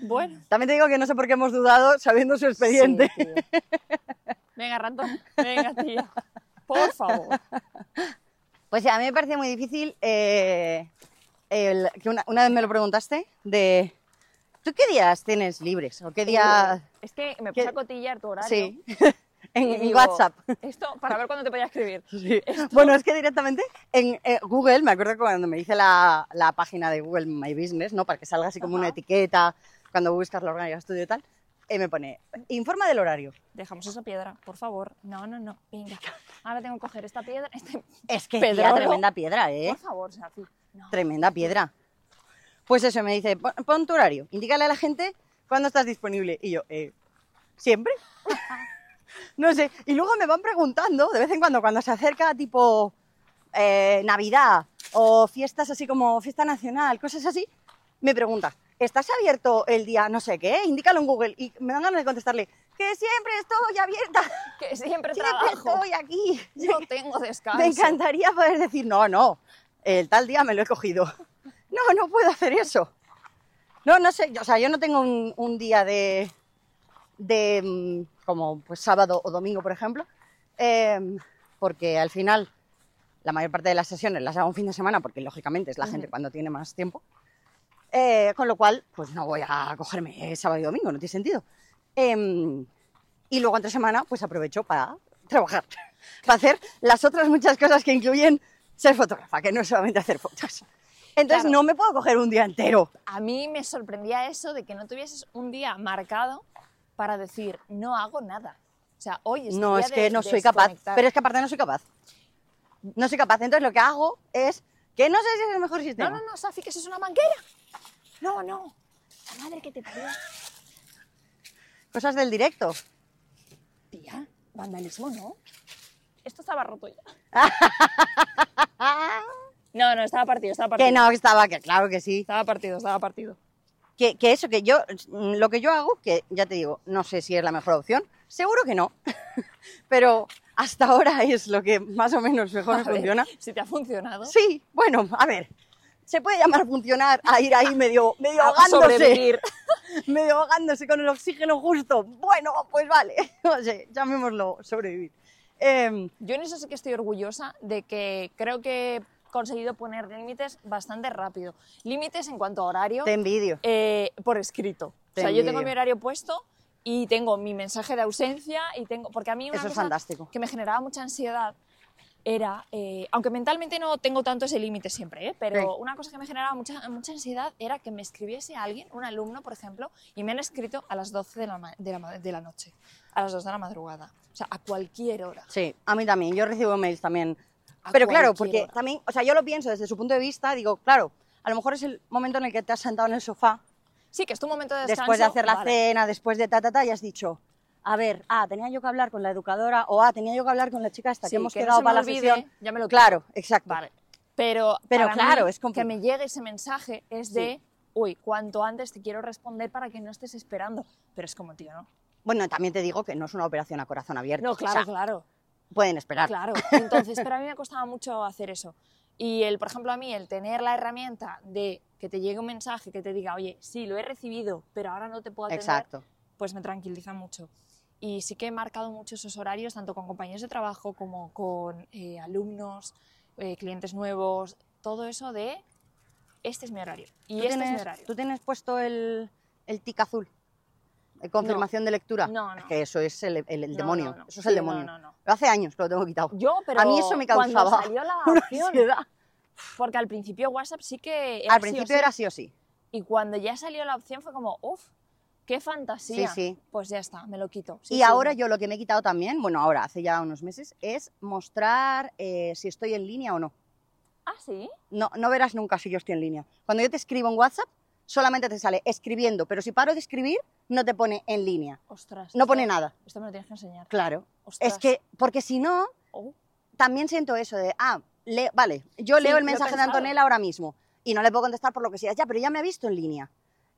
Speaker 1: Bueno.
Speaker 2: También te digo que no sé por qué hemos dudado sabiendo su expediente.
Speaker 1: Sí, tío. Venga, ratón. Venga, tía. Por favor.
Speaker 2: Pues sí, a mí me parece muy difícil, eh, el- que una, una vez me lo preguntaste, de ¿tú qué días tienes libres? ¿O qué día...?
Speaker 1: Es que me
Speaker 2: ¿Qué?
Speaker 1: puse a cotillar tu horario.
Speaker 2: Sí,
Speaker 1: y
Speaker 2: en, en
Speaker 1: digo,
Speaker 2: WhatsApp.
Speaker 1: Esto para ver cuándo te podía escribir.
Speaker 2: Sí. Bueno, es que directamente en eh, Google, me acuerdo cuando me hice la, la página de Google My Business, ¿no? Para que salga así como una
Speaker 1: Ajá.
Speaker 2: etiqueta, cuando buscas la orgánica estudio y tal, eh, me pone, informa del horario.
Speaker 1: Dejamos esa piedra, por favor. No, no, no. Venga. Ahora tengo que coger esta piedra. Este...
Speaker 2: Es que
Speaker 1: Pedrolo.
Speaker 2: tía, tremenda piedra, ¿eh?
Speaker 1: Por favor, Safi. No.
Speaker 2: Tremenda piedra. Pues eso, me dice, "Pon- pon tu horario, indícale a la gente cuándo estás disponible. Y yo, "Eh, ¿siempre? no sé. Y luego me van preguntando, de vez en cuando, cuando se acerca tipo eh, Navidad o fiestas así como fiesta nacional, cosas así, me pregunta, ¿estás abierto el día no sé qué? Indícalo en Google. Y me dan ganas de contestarle, que siempre estoy abierta,
Speaker 1: Que siempre
Speaker 2: siempre
Speaker 1: trabajo.
Speaker 2: estoy aquí.
Speaker 1: No tengo descanso.
Speaker 2: Me encantaría poder decir, no, no, el tal día me lo he cogido. No, no puedo hacer eso. No, no sé, yo- o sea, yo no tengo un, un día de, de, mm, como pues sábado o domingo, por ejemplo, em, porque al final la mayor parte de las sesiones las hago un fin de semana, porque lógicamente es la gente cuando tiene más tiempo. Eh, con lo cual, pues no voy a cogerme sábado y domingo, no tiene sentido. Em, y luego entre semana, pues aprovecho para trabajar, para hacer las otras muchas cosas que incluyen ser fotógrafa, que no es solamente hacer fotos. Entonces
Speaker 1: Claro.
Speaker 2: no me puedo coger un día entero.
Speaker 1: A mí me sorprendía eso de que no tuvieses un día marcado para decir, no hago nada. O sea, hoy es el
Speaker 2: No,
Speaker 1: día
Speaker 2: es que
Speaker 1: de
Speaker 2: no soy capaz.
Speaker 1: desconectar.
Speaker 2: Pero es que aparte no soy capaz. No soy capaz. Entonces lo que hago es que no sé si es el mejor sistema.
Speaker 1: No, no, no, Safi, que eso es una manguera. No, no. La madre que te parió.
Speaker 2: Cosas del directo.
Speaker 1: Tía, vandalismo, ¿no? Esto estaba roto ya. No, no, estaba partido, estaba partido.
Speaker 2: Que no, que estaba, que claro que sí.
Speaker 1: Estaba partido, estaba partido.
Speaker 2: Que, que eso, que yo, mm, lo que yo hago, que ya te digo, no sé si es la mejor opción, seguro que no, pero hasta ahora es lo que más o menos mejor me
Speaker 1: A ver,
Speaker 2: funciona.
Speaker 1: Si te ha funcionado.
Speaker 2: Sí, bueno, a ver, se puede llamar funcionar a ir ahí medio, medio
Speaker 1: A
Speaker 2: ahogándose,
Speaker 1: sobrevivir.
Speaker 2: medio ahogándose con el oxígeno justo. Bueno, pues vale, no sé, llamémoslo sobrevivir. Em,
Speaker 1: Yo en eso sí que estoy orgullosa de que creo que he conseguido poner límites bastante rápido. Límites en cuanto a horario.
Speaker 2: te envidio.
Speaker 1: eh, por escrito.
Speaker 2: Te
Speaker 1: o sea, yo tengo
Speaker 2: envidio.
Speaker 1: mi horario puesto y tengo mi mensaje de ausencia y tengo... Porque a mí una
Speaker 2: Eso es
Speaker 1: cosa
Speaker 2: fantástico.
Speaker 1: que me generaba mucha ansiedad era, eh, aunque mentalmente no tengo tanto ese límite siempre, ¿eh? pero
Speaker 2: Sí.
Speaker 1: una cosa que me generaba mucha, mucha ansiedad era que me escribiese alguien, un alumno, por ejemplo, y me han escrito a las 12 de la, ma- de la ma- de la noche, a las 2 de la madrugada, o sea, a cualquier hora.
Speaker 2: Sí, a mí también. Yo recibo mails también.
Speaker 1: A
Speaker 2: Pero claro,
Speaker 1: cualquier
Speaker 2: porque
Speaker 1: hora.
Speaker 2: también, o sea, yo lo pienso desde su punto de vista, digo, claro, a lo mejor es el momento en el que te has sentado en el sofá,
Speaker 1: Sí, que es tu momento de descanso.
Speaker 2: después de hacer la
Speaker 1: vale.
Speaker 2: cena, después de ta, ta, ta, y has dicho, a ver, ah, tenía yo que hablar con la educadora, o ah, tenía yo que hablar con la chica esta
Speaker 1: Sí,
Speaker 2: que hemos
Speaker 1: que no
Speaker 2: quedado
Speaker 1: se me
Speaker 2: para la
Speaker 1: olvide,
Speaker 2: sesión.
Speaker 1: ya me lo quito.
Speaker 2: Claro, exacto.
Speaker 1: Vale. Pero,
Speaker 2: Pero
Speaker 1: para
Speaker 2: claro,
Speaker 1: mí,
Speaker 2: es compli-
Speaker 1: que me llegue ese mensaje es de, uy, cuanto antes te quiero responder para que no estés esperando. Pero es como, tío, ¿no?
Speaker 2: Bueno, también te digo que no es una operación a corazón abierto.
Speaker 1: No, claro,
Speaker 2: o sea,
Speaker 1: claro.
Speaker 2: pueden esperar.
Speaker 1: Claro. Entonces, pero a mí me costaba mucho hacer eso. Y el, por ejemplo, a mí el tener la herramienta de que te llegue un mensaje que te diga, oye, sí, lo he recibido, pero ahora no te puedo atender,
Speaker 2: Exacto.
Speaker 1: pues me tranquiliza mucho. Y sí que he marcado mucho esos horarios, tanto con compañeros de trabajo como con eh, alumnos, eh, clientes nuevos, todo eso de este es mi horario. Y
Speaker 2: ¿Tú,
Speaker 1: este es mi
Speaker 2: tienes,
Speaker 1: horario.
Speaker 2: tú tienes puesto el, el tic azul? eh, Confirmación de lectura.
Speaker 1: No,
Speaker 2: Es
Speaker 1: no.
Speaker 2: que eso es el, el- el
Speaker 1: No,
Speaker 2: demonio.
Speaker 1: no, no.
Speaker 2: Eso es el
Speaker 1: Sí, no,
Speaker 2: demonio.
Speaker 1: no, no.
Speaker 2: Lo hace años que lo tengo quitado.
Speaker 1: Yo, pero
Speaker 2: a mí eso me
Speaker 1: cuando
Speaker 2: causaba
Speaker 1: salió la
Speaker 2: una
Speaker 1: opción,
Speaker 2: ansiedad.
Speaker 1: porque al principio WhatsApp sí que era Eh, sí
Speaker 2: Al
Speaker 1: o
Speaker 2: principio
Speaker 1: sí,
Speaker 2: era sí o sí.
Speaker 1: y cuando ya salió la opción fue como, uff, qué fantasía.
Speaker 2: Sí, sí.
Speaker 1: Pues ya está, me lo quito. Sí,
Speaker 2: y
Speaker 1: sí,
Speaker 2: ahora
Speaker 1: no.
Speaker 2: yo lo que me he quitado también, bueno, ahora hace ya unos meses, es mostrar eh, si estoy en línea o no.
Speaker 1: Ah, sí.
Speaker 2: No, no verás nunca si yo estoy en línea. Cuando yo te escribo en WhatsApp, solamente te sale escribiendo, pero si paro de escribir, no te pone en línea.
Speaker 1: Ostras.
Speaker 2: No
Speaker 1: esto-
Speaker 2: pone nada.
Speaker 1: Esto me lo tienes que enseñar.
Speaker 2: Claro.
Speaker 1: Ostras.
Speaker 2: Es que, porque si no,
Speaker 1: Oh,
Speaker 2: también siento eso de, ah, le- vale, yo
Speaker 1: Sí,
Speaker 2: leo el
Speaker 1: lo he
Speaker 2: mensaje de
Speaker 1: pensado.
Speaker 2: Antonella ahora mismo y no le puedo contestar por lo que sea, ya, pero ya me ha visto en línea.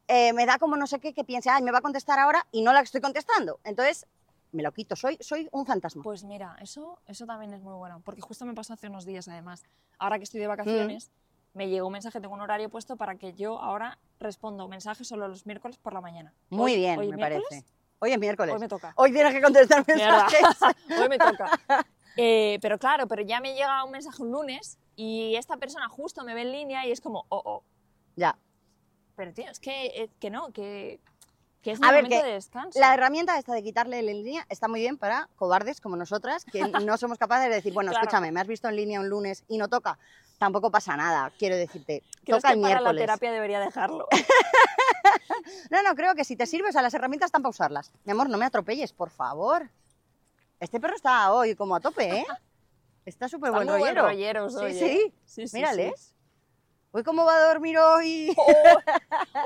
Speaker 2: Eh, me da como no sé qué que piense, ay, me va a contestar ahora y no la estoy contestando. Entonces, me lo quito, soy, soy un fantasma.
Speaker 1: pues mira, eso, eso también es muy bueno. Porque justo me pasó hace unos días, además. Ahora que estoy de vacaciones,
Speaker 2: Mm.
Speaker 1: me llegó un mensaje, tengo un horario puesto para que yo ahora respondo mensajes solo los miércoles por la mañana.
Speaker 2: Muy
Speaker 1: Hoy-
Speaker 2: bien,
Speaker 1: hoy
Speaker 2: me
Speaker 1: miércoles,
Speaker 2: parece. Hoy es miércoles.
Speaker 1: Hoy me toca.
Speaker 2: Hoy tienes que contestar
Speaker 1: Mierda.
Speaker 2: mensajes.
Speaker 1: Hoy me toca. Eh, pero claro, pero ya me llega un mensaje un lunes y esta persona justo me ve en línea y es como, oh, oh.
Speaker 2: ya.
Speaker 1: Pero tío, es que, eh, que no, que, que es
Speaker 2: A
Speaker 1: mi
Speaker 2: ver,
Speaker 1: momento
Speaker 2: que
Speaker 1: de descanso.
Speaker 2: La herramienta esta de quitarle el en línea está muy bien para cobardes como nosotras, que no somos capaces de decir, bueno,
Speaker 1: Claro.
Speaker 2: escúchame, me has visto en línea un lunes y no toca. Tampoco pasa nada, quiero decirte.
Speaker 1: Creo que
Speaker 2: toca
Speaker 1: para
Speaker 2: el
Speaker 1: la
Speaker 2: miércoles.
Speaker 1: terapia debería dejarlo.
Speaker 2: No, no, creo que si te sirves a las herramientas están para usarlas. Mi amor, no me atropelles, por favor. Este perro está hoy como a tope, ¿eh? Está súper
Speaker 1: Está
Speaker 2: buen
Speaker 1: muy buen
Speaker 2: rollero.
Speaker 1: rollero,
Speaker 2: sí,
Speaker 1: soy,
Speaker 2: sí.
Speaker 1: ¿eh? Sí, sí,
Speaker 2: Mírales.
Speaker 1: sí.
Speaker 2: Uy, cómo va a dormir hoy.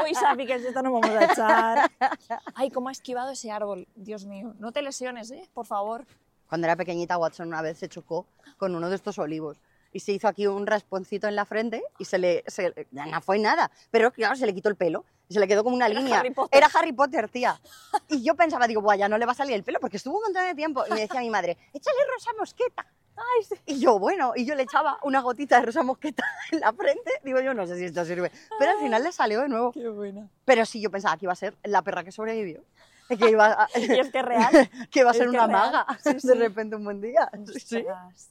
Speaker 1: Uy, Safi, que esto no vamos a echar. Ay, cómo ha esquivado ese árbol. Dios mío, no te lesiones, ¿eh? Por favor.
Speaker 2: Cuando era pequeñita, Watson una vez se chocó con uno de estos olivos y se hizo aquí un rasponcito en la frente y se le. se- ya no fue nada, pero claro, se le quitó el pelo. y Se le quedó como una
Speaker 1: Era
Speaker 2: línea.
Speaker 1: Harry Potter.
Speaker 2: Era Harry Potter, tía. Y yo pensaba, digo, guay, ya no le va a salir el pelo porque estuvo un montón de tiempo. Y me decía mi madre, échale rosa mosqueta.
Speaker 1: Ay, sí.
Speaker 2: Y yo, bueno, y yo le echaba una gotita de rosa mosqueta en la frente. Digo, yo no sé si esto sirve. Pero al final
Speaker 1: Ah.
Speaker 2: le salió de nuevo.
Speaker 1: Qué buena.
Speaker 2: Pero sí, yo pensaba que iba a ser la perra que sobrevivió. Que iba a,
Speaker 1: Y es que es real.
Speaker 2: que iba a
Speaker 1: Es
Speaker 2: ser
Speaker 1: que
Speaker 2: una
Speaker 1: real.
Speaker 2: maga
Speaker 1: Sí,
Speaker 2: de
Speaker 1: sí.
Speaker 2: repente un buen día. Sí.
Speaker 1: Ostras.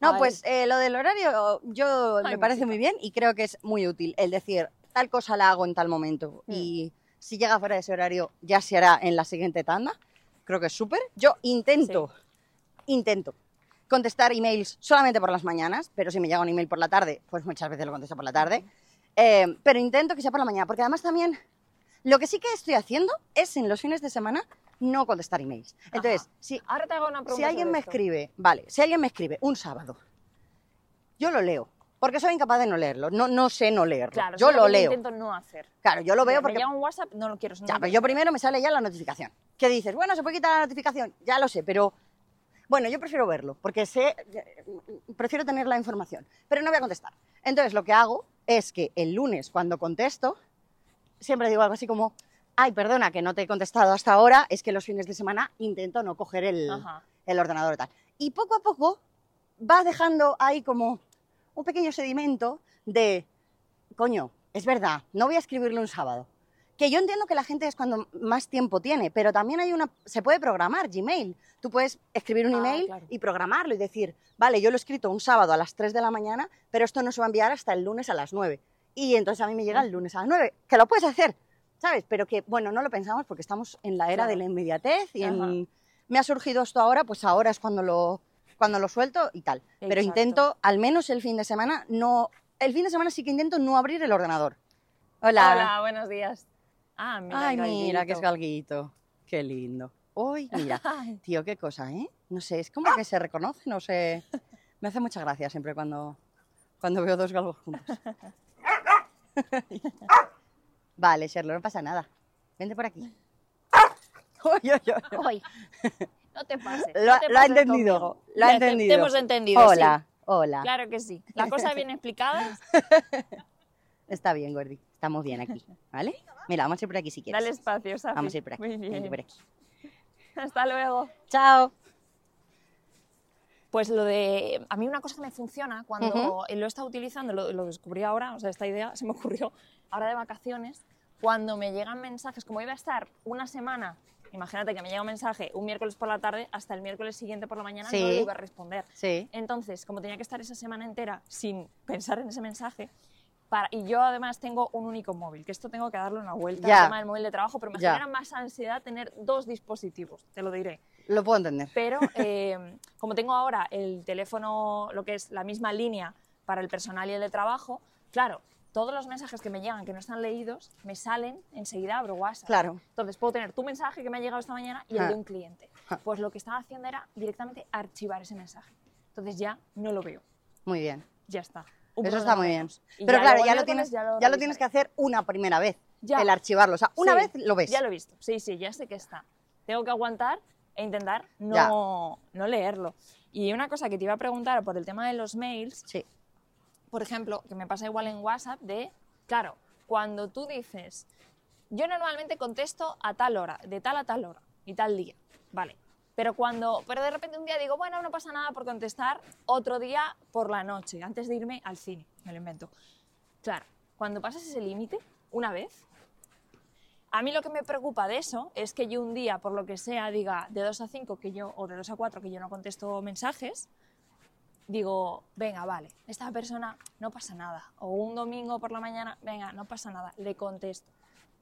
Speaker 2: No,
Speaker 1: Ay.
Speaker 2: pues eh, lo del horario yo
Speaker 1: Ay,
Speaker 2: me parece
Speaker 1: música.
Speaker 2: muy bien y creo que es muy útil el decir tal cosa la hago en tal momento
Speaker 1: Mm.
Speaker 2: y si llega fuera de ese horario ya se hará en la siguiente tanda. Creo que es súper. Yo intento, intento contestar emails solamente por las mañanas, pero si me llega un email por la tarde, pues muchas veces lo contesto por la tarde. Eh, pero intento que sea por la mañana, porque además también lo que sí que estoy haciendo es en los fines de semana no contestar emails. Entonces,
Speaker 1: Ajá.
Speaker 2: si
Speaker 1: Ahora te hago una pregunta.
Speaker 2: si alguien
Speaker 1: sobre
Speaker 2: me
Speaker 1: esto.
Speaker 2: escribe, vale, si alguien me escribe un sábado, yo lo leo, porque soy incapaz de no leerlo, no, no sé no leerlo,
Speaker 1: Claro, eso
Speaker 2: yo
Speaker 1: es lo
Speaker 2: lo
Speaker 1: que
Speaker 2: leo,
Speaker 1: Intento no hacer.
Speaker 2: claro, yo lo veo
Speaker 1: Me-
Speaker 2: porque
Speaker 1: Me llega un WhatsApp, no lo quiero. no
Speaker 2: ya,
Speaker 1: lo
Speaker 2: pero
Speaker 1: quiero.
Speaker 2: yo primero me sale ya la notificación, que dices, bueno, se puede quitar la notificación, ya lo sé, pero bueno, yo prefiero verlo, porque sé, prefiero tener la información, pero no voy a contestar. Entonces lo que hago es que el lunes cuando contesto, siempre digo algo así como, ay, perdona que no te he contestado hasta ahora, es que los fines de semana intento no coger el
Speaker 1: Ajá.
Speaker 2: el ordenador y tal. Y poco a poco vas dejando ahí como un pequeño sedimento de, coño, es verdad, no voy a escribirle un sábado. Que yo entiendo que la gente es cuando más tiempo tiene, pero también hay una, se puede programar Gmail. Tú puedes escribir un
Speaker 1: Ah,
Speaker 2: email
Speaker 1: claro.
Speaker 2: y programarlo y decir, vale, yo lo he escrito un sábado a las 3 de la mañana, pero esto no se va a enviar hasta el lunes a las 9. Y entonces a mí me llega el lunes a las 9, que lo puedes hacer, ¿sabes? Pero que, bueno, no lo pensamos porque estamos en la era
Speaker 1: Claro.
Speaker 2: de la inmediatez y en
Speaker 1: Ajá.
Speaker 2: me ha surgido esto ahora, pues ahora es cuando lo, cuando lo suelto y tal. Pero
Speaker 1: Exacto.
Speaker 2: intento, al menos el fin de semana, no. El fin de semana sí que intento no abrir el ordenador. Hola.
Speaker 1: Hola, buenos días. Ah, mira.
Speaker 2: Ay,
Speaker 1: el
Speaker 2: mira, que es
Speaker 1: galguito.
Speaker 2: galguito. Qué lindo. Uy, mira.
Speaker 1: Ay,
Speaker 2: Tío, qué cosa, ¿eh? No sé, es como que se reconoce, no sé. Me hace mucha gracia siempre cuando, cuando veo dos galgos juntos. vale, Sherlock, no pasa nada. Vente por aquí. Uy, uy, uy.
Speaker 1: uy. No te pases.
Speaker 2: Lo,
Speaker 1: no
Speaker 2: ha-
Speaker 1: te
Speaker 2: lo ha
Speaker 1: pases
Speaker 2: entendido.
Speaker 1: conmigo.
Speaker 2: Lo ha
Speaker 1: Ya, te-
Speaker 2: entendido.
Speaker 1: Te, hemos entendido. sí.
Speaker 2: Hola, hola.
Speaker 1: Claro que sí. La cosa bien explicada.
Speaker 2: Está bien, Gordi. Estamos bien aquí. ¿Vale? Mira, vamos a ir por aquí si quieres.
Speaker 1: Dale espacio, Safi.
Speaker 2: vamos a ir por aquí.
Speaker 1: Muy
Speaker 2: vente
Speaker 1: bien.
Speaker 2: por aquí.
Speaker 1: Hasta luego.
Speaker 2: Chao.
Speaker 1: Pues lo de. A mí una cosa que me funciona cuando
Speaker 2: Ujú.
Speaker 1: lo he estado utilizando, lo, lo descubrí ahora, o sea, esta idea se me ocurrió ahora de vacaciones, cuando me llegan mensajes, como iba a estar una semana, imagínate que me llega un mensaje un miércoles por la tarde, hasta el miércoles siguiente por la mañana no
Speaker 2: Sí.
Speaker 1: le iba a responder.
Speaker 2: Sí.
Speaker 1: Entonces, como tenía que estar esa semana entera sin pensar en ese mensaje, para, y yo además tengo un único móvil, que esto tengo que darle una vuelta
Speaker 2: Ya.
Speaker 1: al tema del móvil de trabajo, pero me
Speaker 2: Ya.
Speaker 1: genera más ansiedad tener dos dispositivos, te lo diré.
Speaker 2: Lo puedo entender.
Speaker 1: Pero eh, como tengo ahora el teléfono, lo que es la misma línea para el personal y el de trabajo, claro, todos los mensajes que me llegan que no están leídos me salen enseguida abro WhatsApp.
Speaker 2: Claro.
Speaker 1: Entonces puedo tener tu mensaje que me ha llegado esta mañana y
Speaker 2: Ah.
Speaker 1: el de un cliente.
Speaker 2: Ah.
Speaker 1: Pues lo que estaba haciendo era directamente archivar ese mensaje. Entonces ya no lo veo.
Speaker 2: Muy bien.
Speaker 1: Ya está. un problema
Speaker 2: Eso está muy bien.
Speaker 1: menos. Y
Speaker 2: Pero claro, ya lo,
Speaker 1: miércoles
Speaker 2: tienes, ya, lo
Speaker 1: revisaré.
Speaker 2: tienes que hacer una primera vez,
Speaker 1: Ya.
Speaker 2: el archivarlo. O sea, una
Speaker 1: Sí,
Speaker 2: vez lo ves.
Speaker 1: Ya lo he visto. Sí, sí, ya sé que está. Tengo que aguantar e intentar no, no leerlo. Y una cosa que te iba a preguntar por el tema de los mails,
Speaker 2: Sí.
Speaker 1: por ejemplo, que me pasa igual en WhatsApp de, claro, cuando tú dices, yo normalmente contesto a tal hora, de tal a tal hora y tal día, vale. Pero cuando, pero de repente un día digo, bueno, no pasa nada por contestar, otro día por la noche, antes de irme al cine, me lo invento. Claro, cuando pasas ese límite, una vez, a mí lo que me preocupa de eso es que yo un día, por lo que sea, diga de 2 a 5 que yo, o de 2 a 4 que yo no contesto mensajes, digo, venga, vale, esta persona no pasa nada. O un domingo por la mañana, venga, no pasa nada, le contesto.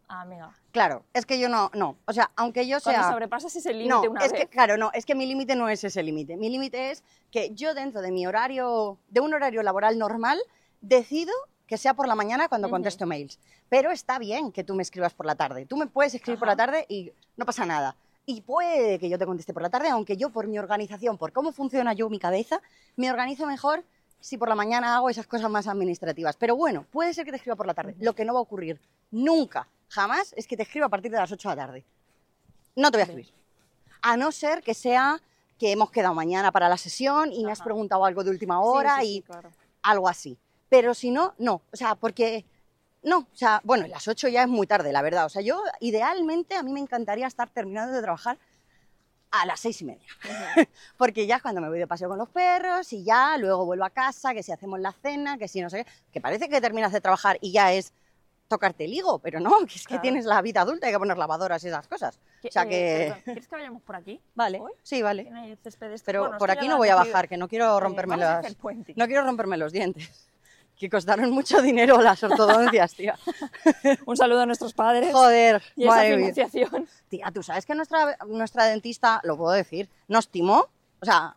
Speaker 1: "Ah, Amiga,
Speaker 2: Claro, es que yo no, no. O sea, aunque yo sea...
Speaker 1: cuando sobrepasas ese límite
Speaker 2: no,
Speaker 1: una
Speaker 2: es
Speaker 1: vez,
Speaker 2: que, claro, no, es que mi límite no es ese límite. Mi límite es que yo dentro de mi horario, de un horario laboral normal, decido que sea por la mañana cuando
Speaker 1: Ujú.
Speaker 2: contesto mails. Pero está bien que tú me escribas por la tarde. Tú me puedes escribir por la
Speaker 1: Ajá.
Speaker 2: tarde y no pasa nada. Y puede que yo te conteste por la tarde, aunque yo por mi organización, por cómo funciona yo mi cabeza, me organizo mejor si por la mañana hago esas cosas más administrativas. Pero bueno, puede ser que te escriba por la tarde. Lo que no va a ocurrir nunca, jamás, es que te escriba a partir de las 8 de la tarde. No te voy a escribir. A no ser que sea que hemos quedado mañana para la sesión y me has
Speaker 1: Ajá.
Speaker 2: preguntado algo de última
Speaker 1: Sí,
Speaker 2: hora
Speaker 1: sí, sí,
Speaker 2: y
Speaker 1: claro.
Speaker 2: algo así. Pero si no, no. O sea, porque. No, o sea, bueno, las 8 ya es muy tarde, la verdad. O sea, yo idealmente a mí me encantaría estar terminando de trabajar a las seis y media. Porque ya es cuando me voy de paseo con los perros y ya luego vuelvo a casa, que si hacemos la cena, que si no sé qué. Que parece que terminas de trabajar y ya es tocarte el higo, pero no, que es que
Speaker 1: Claro.
Speaker 2: tienes la vida adulta, hay que poner lavadoras y esas cosas.
Speaker 1: Que-
Speaker 2: O sea
Speaker 1: eh,
Speaker 2: que.
Speaker 1: perdón, ¿Quieres que vayamos por aquí?
Speaker 2: Vale,
Speaker 1: hoy?
Speaker 2: sí, vale.
Speaker 1: Tiene el césped este-
Speaker 2: Pero
Speaker 1: bueno, es
Speaker 2: por
Speaker 1: que ya
Speaker 2: aquí
Speaker 1: lo
Speaker 2: no
Speaker 1: han
Speaker 2: voy a
Speaker 1: decidido.
Speaker 2: bajar, que no quiero
Speaker 1: Eh,
Speaker 2: romperme
Speaker 1: vamos a
Speaker 2: las-
Speaker 1: hacer puente.
Speaker 2: No quiero romperme los dientes. Que costaron mucho dinero las ortodoncias, tía.
Speaker 1: Un saludo a nuestros padres
Speaker 2: Joder,
Speaker 1: y esa
Speaker 2: madre mía.
Speaker 1: financiación.
Speaker 2: Tía, tú sabes que nuestra, nuestra dentista, lo puedo decir, nos timó. O sea,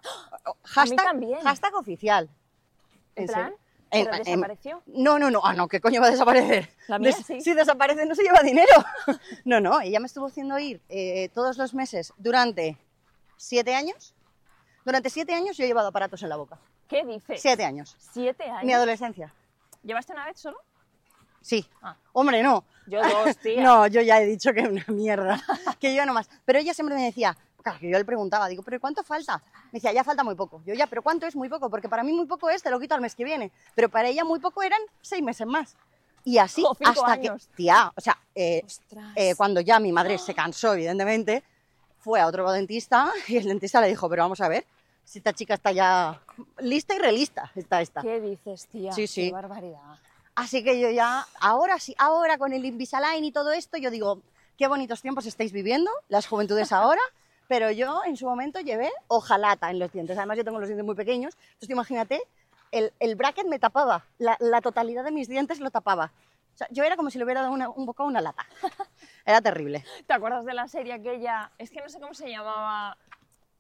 Speaker 2: hashtag,
Speaker 1: también.
Speaker 2: hashtag oficial.
Speaker 1: ¿En
Speaker 2: serio.
Speaker 1: plan?
Speaker 2: En-
Speaker 1: ¿Pero
Speaker 2: en-
Speaker 1: desapareció?
Speaker 2: No, no, no. Ah, no, ¿qué coño va a desaparecer?
Speaker 1: La mía
Speaker 2: Des-
Speaker 1: sí.
Speaker 2: Si desaparece, no se lleva dinero. no, no. Ella me estuvo haciendo ir eh, todos los meses durante siete años. Durante siete años yo he llevado aparatos en la boca.
Speaker 1: ¿Qué dices?
Speaker 2: Siete años.
Speaker 1: ¿Siete años?
Speaker 2: Mi adolescencia.
Speaker 1: ¿Llevaste una vez solo?
Speaker 2: Sí.
Speaker 1: Ah.
Speaker 2: Hombre, no.
Speaker 1: Yo dos, tía.
Speaker 2: No, yo ya he dicho que es una mierda. Que yo nomás. Pero ella siempre me decía, claro, que yo le preguntaba, digo, ¿pero cuánto falta? Me decía, ya falta muy poco. Yo ya, ¿pero cuánto es muy poco? Porque para mí muy poco es, te lo quito al mes que viene. Pero para ella muy poco eran seis meses más. Y así
Speaker 1: Jo, cinco
Speaker 2: hasta
Speaker 1: años.
Speaker 2: que. Tía, o sea, eh,
Speaker 1: Ostras.
Speaker 2: eh, cuando ya mi madre se cansó, evidentemente, fue a otro dentista y el dentista le dijo, pero vamos a ver, si esta chica está ya lista y relista, está esta.
Speaker 1: ¿Qué dices, tía?
Speaker 2: Sí, sí.
Speaker 1: Qué barbaridad.
Speaker 2: Así que yo ya, ahora sí, ahora con el Invisalign y todo esto, yo digo, qué bonitos tiempos estáis viviendo, las juventudes ahora, pero yo en su momento llevé hojalata en los dientes. Además, yo tengo los dientes muy pequeños, entonces tú imagínate, el, el bracket me tapaba, la, la totalidad de mis dientes lo tapaba. O sea, yo era como si le hubiera dado una- un bocado a una lata. Era terrible.
Speaker 1: ¿Te acuerdas de la serie aquella? Es que no sé cómo se llamaba.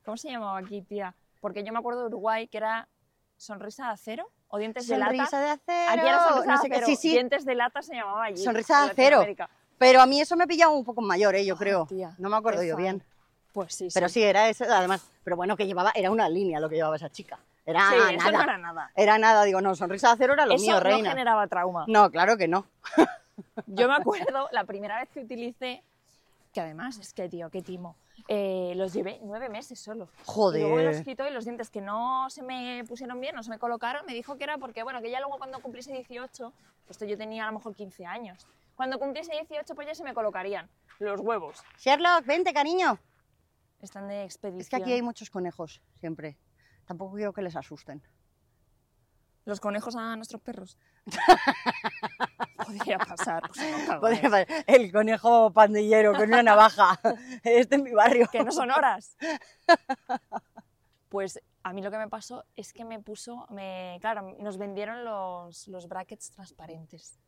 Speaker 1: ¿Cómo se llamaba aquí, tía? Porque yo me acuerdo de Uruguay que era Sonrisa de Acero o Dientes de Lata.
Speaker 2: Sonrisa de acero.
Speaker 1: Aquí era Sonrisa
Speaker 2: no
Speaker 1: de
Speaker 2: sé qué.
Speaker 1: Acero.
Speaker 2: Sí, sí,
Speaker 1: Dientes de Lata se llamaba allí.
Speaker 2: Sonrisa
Speaker 1: en
Speaker 2: de acero.
Speaker 1: Latinoamérica.
Speaker 2: Pero a mí eso me pillaba un poco mayor, ¿eh? yo
Speaker 1: Ay,
Speaker 2: creo.
Speaker 1: tía,
Speaker 2: no me acuerdo
Speaker 1: qué
Speaker 2: yo
Speaker 1: fan.
Speaker 2: bien.
Speaker 1: Pues sí, sí.
Speaker 2: Pero sí, era eso, además. Pero bueno, que llevaba, era una línea lo que llevaba esa chica. Era
Speaker 1: Sí,
Speaker 2: nada.
Speaker 1: eso no era nada.
Speaker 2: Era nada, digo, no, sonrisa de acero era lo
Speaker 1: Eso
Speaker 2: mío,
Speaker 1: no
Speaker 2: reina.
Speaker 1: generaba trauma.
Speaker 2: No, claro que no.
Speaker 1: Yo me acuerdo la primera vez que utilicé, que además es que, tío, qué timo. eh, los llevé nueve meses solo.
Speaker 2: Joder.
Speaker 1: Y luego me los quitó y los dientes que no se me pusieron bien, no se me colocaron, me dijo que era porque, bueno, que ya luego cuando cumpliese 18, pues yo tenía a lo mejor 15 años. Cuando cumpliese 18, pues ya se me colocarían los huevos.
Speaker 2: Sherlock, vente, cariño.
Speaker 1: Están de expedición.
Speaker 2: Es que aquí hay muchos conejos, siempre. Tampoco quiero que les asusten.
Speaker 1: Los conejos a nuestros perros. Podría pasar. pues, no, cabrón.
Speaker 2: Podría parecer El conejo pandillero con una navaja. Este es mi barrio.
Speaker 1: que no son horas. Pues a mí lo que me pasó es que me puso, me, claro, nos vendieron los, los brackets transparentes,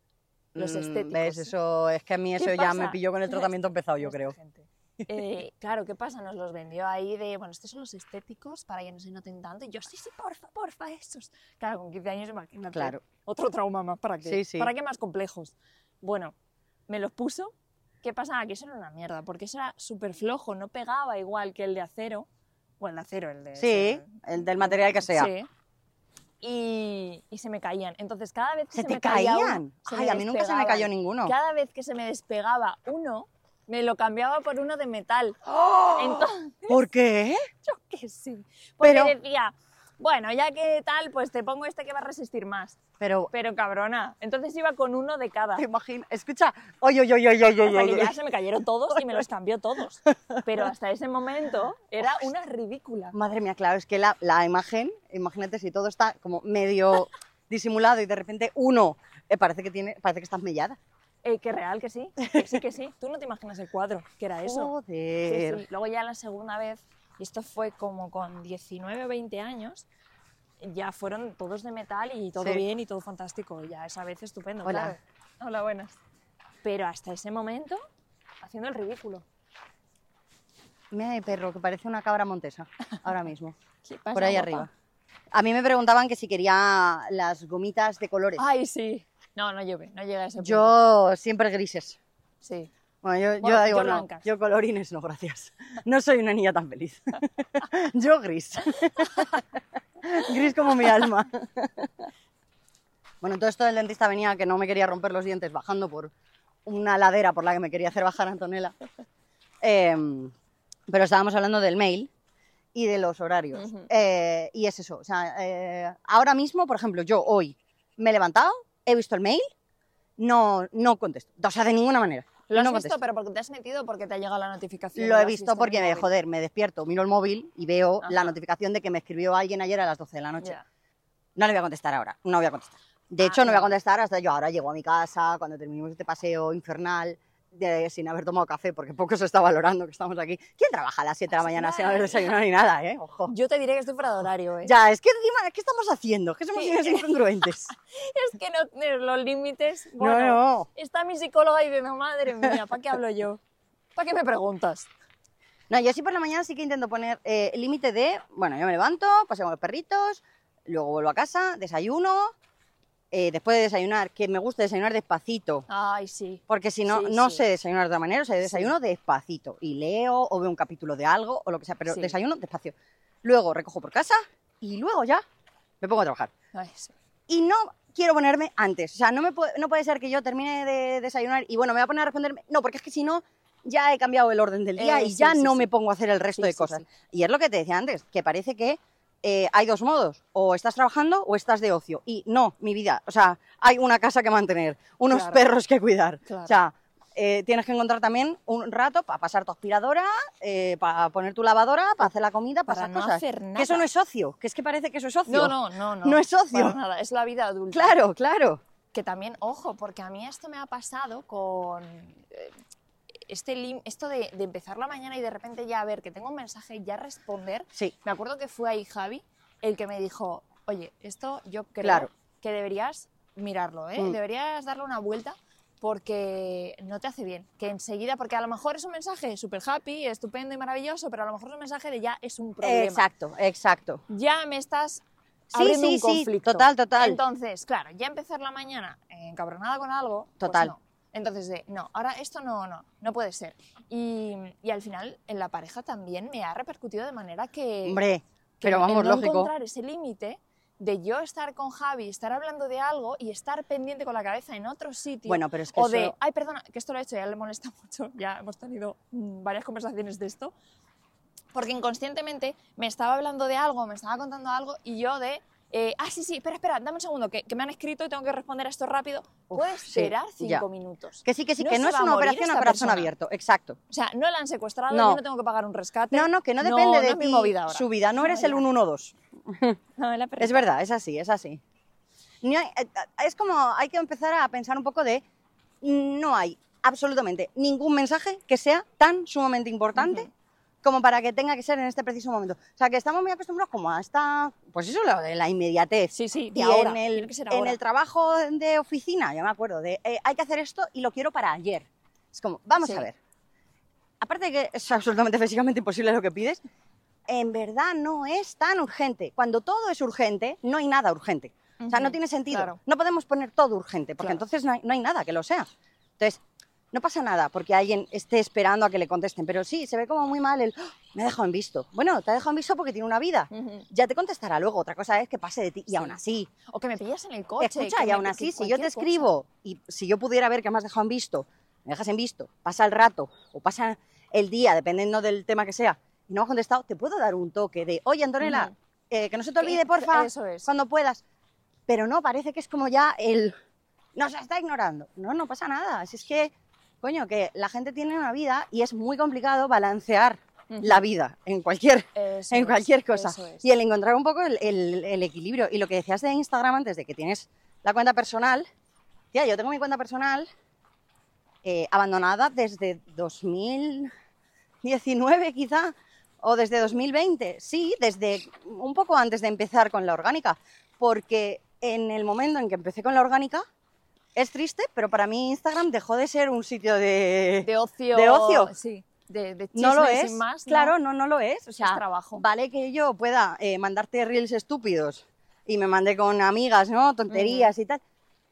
Speaker 1: los
Speaker 2: Mm,
Speaker 1: estéticos.
Speaker 2: ¿Ves? Eso, es que a mí
Speaker 1: ¿Qué
Speaker 2: eso ya me
Speaker 1: pasa?
Speaker 2: pilló con el tratamiento empezado, yo
Speaker 1: Esta
Speaker 2: creo.
Speaker 1: gente. Eh, claro, ¿qué pasa? Nos los vendió ahí de, bueno, estos son los estéticos para que no se noten tanto. Y yo, sí, sí, porfa, porfa, estos. Claro, con 15 años, imagínate.
Speaker 2: Claro.
Speaker 1: Otro trauma más, ¿para qué?
Speaker 2: Sí, sí.
Speaker 1: ¿Para qué más complejos? Bueno, me los puso. ¿Qué pasa? Que eso era una mierda, porque eso era súper flojo, no pegaba igual que el de acero. Bueno, el de acero, el de...
Speaker 2: Sí, el del material que sea.
Speaker 1: Sí. y, y se me caían. Entonces, cada vez que
Speaker 2: ¿Se
Speaker 1: se,
Speaker 2: te
Speaker 1: me caía
Speaker 2: caían?
Speaker 1: uno, se
Speaker 2: Ay,
Speaker 1: me
Speaker 2: a mí nunca se me
Speaker 1: despegaban.
Speaker 2: cayó ninguno.
Speaker 1: Cada vez que se me despegaba uno, me lo cambiaba por uno de metal.
Speaker 2: ¡Oh!
Speaker 1: Entonces,
Speaker 2: ¿Por qué?
Speaker 1: yo qué sé. Porque
Speaker 2: Pero-
Speaker 1: decía, bueno, ya que tal, pues te pongo este que va a resistir más.
Speaker 2: Pero,
Speaker 1: Pero cabrona, entonces iba con uno de cada.
Speaker 2: te imagino, escucha, oye, oye, oye, oye, oye,
Speaker 1: Hasta que
Speaker 2: oye.
Speaker 1: ya se me cayeron todos y me los cambió todos. Pero hasta ese momento era una ridícula.
Speaker 2: Madre mía, claro, es que la, la imagen, imagínate si todo está como medio disimulado y de repente uno, eh, parece que tiene, parece que estás mellada.
Speaker 1: Eh, que real, que sí, que sí, que sí. Tú no te imaginas el cuadro, que era eso. Sí, sí.
Speaker 2: Joder.
Speaker 1: Luego ya la segunda vez, y esto fue como con 19 o 20 años, ya fueron todos de metal y todo
Speaker 2: Sí.
Speaker 1: bien y todo fantástico. y Ya esa vez estupendo,
Speaker 2: Hola.
Speaker 1: claro. Hola, buenas. Pero hasta ese momento, haciendo el ridículo.
Speaker 2: Mira de perro, que parece una cabra montesa ahora mismo.
Speaker 1: ¿Qué pasa,
Speaker 2: por ahí
Speaker 1: guapa?
Speaker 2: arriba. A mí me preguntaban que si quería las gomitas de colores.
Speaker 1: Ay, sí. No, no llueve, no llega a ese punto.
Speaker 2: yo siempre grises.
Speaker 1: Sí.
Speaker 2: Bueno, yo, yo
Speaker 1: Bueno,
Speaker 2: digo
Speaker 1: yo
Speaker 2: no,
Speaker 1: blancas.
Speaker 2: yo colorines no, gracias. No soy una niña tan feliz. yo gris. gris como mi alma. Bueno, todo esto del dentista venía que no me quería romper los dientes bajando por una ladera por la que me quería hacer bajar Antonella. Em, pero estábamos hablando del mail y de los horarios.
Speaker 1: Ujú.
Speaker 2: Eh, y es eso. O sea, eh, ahora mismo, por ejemplo, yo hoy me he levantado, he visto el mail, no, no contesto. O sea, de ninguna manera.
Speaker 1: Lo has
Speaker 2: no
Speaker 1: visto,
Speaker 2: contesto.
Speaker 1: pero porque te has metido o porque te ha llegado la notificación.
Speaker 2: Lo he
Speaker 1: has
Speaker 2: visto
Speaker 1: en
Speaker 2: porque,
Speaker 1: el
Speaker 2: me,
Speaker 1: móvil?
Speaker 2: joder, me despierto, miro el móvil y veo la
Speaker 1: Ajá.
Speaker 2: notificación de que me escribió alguien ayer a las 12 de la noche.
Speaker 1: Ya.
Speaker 2: No le voy a contestar ahora, no voy a contestar. De
Speaker 1: Ah,
Speaker 2: hecho, no voy a
Speaker 1: no.
Speaker 2: contestar hasta yo ahora llego a mi casa, cuando terminemos este paseo infernal, de- sin haber tomado café, porque poco se está valorando que estamos aquí. ¿Quién trabaja a las
Speaker 1: Ah,
Speaker 2: 7 de la mañana sin haber desayunado ni nada, eh? Ojo.
Speaker 1: Yo te diré que estoy fuera de horario, ¿eh?
Speaker 2: Ya, es que encima, ¿qué estamos haciendo? Que somos
Speaker 1: Sí.
Speaker 2: unos incongruentes.
Speaker 1: Es que no tener los límites. Bueno,
Speaker 2: no.
Speaker 1: Está mi psicóloga y dice, madre mía, ¿para qué hablo yo? ¿Para qué me preguntas?
Speaker 2: No, yo sí por la mañana sí que intento poner eh, el límite de, bueno, yo me levanto, paseo con los perritos, luego vuelvo a casa, desayuno, eh, después de desayunar, que me gusta desayunar despacito,
Speaker 1: Ay, sí.
Speaker 2: porque si no,
Speaker 1: Sí,
Speaker 2: no
Speaker 1: sí.
Speaker 2: sé desayunar de otra manera, o sea, desayuno despacito y leo o veo un capítulo de algo o lo que sea, pero
Speaker 1: Sí.
Speaker 2: desayuno despacio. Luego recojo por casa y luego ya me pongo a trabajar.
Speaker 1: Ay, sí.
Speaker 2: Y no quiero ponerme antes, o sea, no, me puede, no puede ser que yo termine de desayunar y bueno, me voy a poner a responderme, no, porque es que si no... Ya he cambiado el orden del día
Speaker 1: Eh,
Speaker 2: y
Speaker 1: sí,
Speaker 2: ya
Speaker 1: sí,
Speaker 2: no
Speaker 1: sí.
Speaker 2: me pongo a hacer el resto
Speaker 1: Sí,
Speaker 2: de
Speaker 1: sí,
Speaker 2: cosas.
Speaker 1: sí.
Speaker 2: Y es lo que te decía antes, que parece que eh, hay dos modos, o estás trabajando o estás de ocio. Y no, mi vida, o sea, hay una casa que mantener, unos
Speaker 1: Claro.
Speaker 2: perros que cuidar.
Speaker 1: Claro.
Speaker 2: O sea, eh, tienes que encontrar también un rato para pasar tu aspiradora, para poner tu lavadora, para hacer la comida, para,
Speaker 1: Para
Speaker 2: esas
Speaker 1: no
Speaker 2: cosas.
Speaker 1: hacer
Speaker 2: Que eso
Speaker 1: nada.
Speaker 2: no es ocio, que es que parece que eso es ocio.
Speaker 1: No, no, no, no.
Speaker 2: No es ocio.
Speaker 1: Para nada, es la vida adulta.
Speaker 2: Claro, claro.
Speaker 1: Que también, ojo, porque a mí esto me ha pasado con eh, este lim- esto de, de empezar la mañana y de repente ya ver que tengo un mensaje y ya responder.
Speaker 2: Sí,
Speaker 1: Me acuerdo que fue ahí Javi el que me dijo, oye, esto yo creo
Speaker 2: Claro.
Speaker 1: que deberías mirarlo, ¿eh?
Speaker 2: Mm.
Speaker 1: deberías darle una vuelta porque no te hace bien, que enseguida, porque a lo mejor es un mensaje súper happy, estupendo y maravilloso, pero a lo mejor es un mensaje de ya es un problema.
Speaker 2: exacto, exacto.
Speaker 1: Ya me estás
Speaker 2: Sí,
Speaker 1: abriendo
Speaker 2: sí,
Speaker 1: un
Speaker 2: sí,
Speaker 1: conflicto.
Speaker 2: total, total.
Speaker 1: Entonces, claro, ya empezar la mañana eh, encabronada con algo, pues
Speaker 2: Total.
Speaker 1: no. Entonces, de, no, ahora esto no, no, no puede ser. Y, y al final, en la pareja también me ha repercutido de manera que,
Speaker 2: Hombre,
Speaker 1: que
Speaker 2: pero
Speaker 1: el
Speaker 2: vamos,
Speaker 1: no
Speaker 2: lógico.
Speaker 1: encontrar ese límite de yo estar con Javi, estar hablando de algo y estar pendiente con la cabeza en otro sitio.
Speaker 2: Bueno, pero es que
Speaker 1: o
Speaker 2: eso-
Speaker 1: de, ay, perdona, que esto lo he hecho, ya le molesta mucho, ya hemos tenido mm, varias conversaciones de esto. Porque inconscientemente me estaba hablando de algo, me estaba contando algo y yo de, eh, ah, sí, sí, espera, espera, dame un segundo, que, que me han escrito y tengo que responder a esto rápido.
Speaker 2: Uf,
Speaker 1: Puedes
Speaker 2: sí,
Speaker 1: esperar
Speaker 2: ya.
Speaker 1: cinco minutos.
Speaker 2: Que sí, que sí,
Speaker 1: No
Speaker 2: que
Speaker 1: se
Speaker 2: no es
Speaker 1: va a
Speaker 2: una
Speaker 1: morir
Speaker 2: operación a
Speaker 1: esta
Speaker 2: corazón
Speaker 1: persona.
Speaker 2: abierto, exacto.
Speaker 1: O sea, no la han secuestrado,
Speaker 2: No.
Speaker 1: yo no tengo que pagar un rescate.
Speaker 2: No, no, que no depende de
Speaker 1: no es mi
Speaker 2: ti
Speaker 1: movida ahora.
Speaker 2: su vida, no eres el
Speaker 1: Venga.
Speaker 2: 112.
Speaker 1: No, es la perrita.
Speaker 2: Es verdad, es así, es así. Ni hay- eh, es como hay que empezar a pensar un poco de no hay absolutamente ningún mensaje que sea tan sumamente importante
Speaker 1: Ujú.
Speaker 2: como para que tenga que ser en este preciso momento. O sea, que estamos muy acostumbrados como a esta, pues eso lo de la inmediatez.
Speaker 1: Sí, sí, de
Speaker 2: Y
Speaker 1: ahora.
Speaker 2: en, el,
Speaker 1: tiene que ser
Speaker 2: en
Speaker 1: ahora.
Speaker 2: el trabajo de oficina, yo me acuerdo, de eh, hay que hacer esto y lo quiero para ayer. Es como, vamos
Speaker 1: Sí.
Speaker 2: a ver. Aparte de que es absolutamente físicamente imposible lo que pides, en verdad no es tan urgente. Cuando todo es urgente, no hay nada urgente. O sea, no
Speaker 1: Ujú,
Speaker 2: tiene sentido.
Speaker 1: claro.
Speaker 2: No podemos poner todo urgente, porque
Speaker 1: Claro.
Speaker 2: entonces no hay, no hay nada que lo sea. Entonces, No pasa nada porque alguien esté esperando a que le contesten, pero sí, se ve como muy mal el, "Ah, me ha dejado en visto. Bueno, te ha dejado en visto porque tiene una vida.
Speaker 1: Ujú.
Speaker 2: Ya te contestará luego, otra cosa es que pase de ti y aún así.
Speaker 1: O que me pillas en el coche.
Speaker 2: Escucha,
Speaker 1: que
Speaker 2: y
Speaker 1: me-
Speaker 2: aún
Speaker 1: que
Speaker 2: así, si yo
Speaker 1: cualquier
Speaker 2: te
Speaker 1: cosa.
Speaker 2: escribo y si yo pudiera ver que me has dejado en visto, me dejas en visto, pasa el rato o pasa el día, dependiendo del tema que sea, y no me has contestado, te puedo dar un toque de, oye, Antonella,
Speaker 1: Ujú.
Speaker 2: eh, que no se te
Speaker 1: Que-
Speaker 2: olvide, porfa,
Speaker 1: eso es.
Speaker 2: cuando puedas. Pero no, parece que es como ya el, nos está ignorando. No, no pasa nada. Si es que, coño, que la gente tiene una vida y es muy complicado balancear
Speaker 1: Ujú.
Speaker 2: la vida en cualquier
Speaker 1: Eso
Speaker 2: en
Speaker 1: es,
Speaker 2: cualquier cosa.
Speaker 1: eso es.
Speaker 2: Y el encontrar un poco el, el- el equilibrio. Y lo que decías de Instagram antes de que tienes la cuenta personal, tía, yo tengo mi cuenta personal eh, abandonada desde 2019 quizá, o desde 2020, sí, desde un poco antes de empezar con la orgánica, porque en el momento en que empecé con la orgánica, es triste, pero para mí Instagram dejó de ser un sitio de...
Speaker 1: De ocio.
Speaker 2: de ocio.
Speaker 1: Sí. De, de
Speaker 2: no lo
Speaker 1: chisme
Speaker 2: es,
Speaker 1: sin más. ¿no?
Speaker 2: claro, no, no lo es. O sea,
Speaker 1: es trabajo.
Speaker 2: vale que yo pueda eh, mandarte reels estúpidos y me mandé con amigas, ¿no? Tonterías y tal,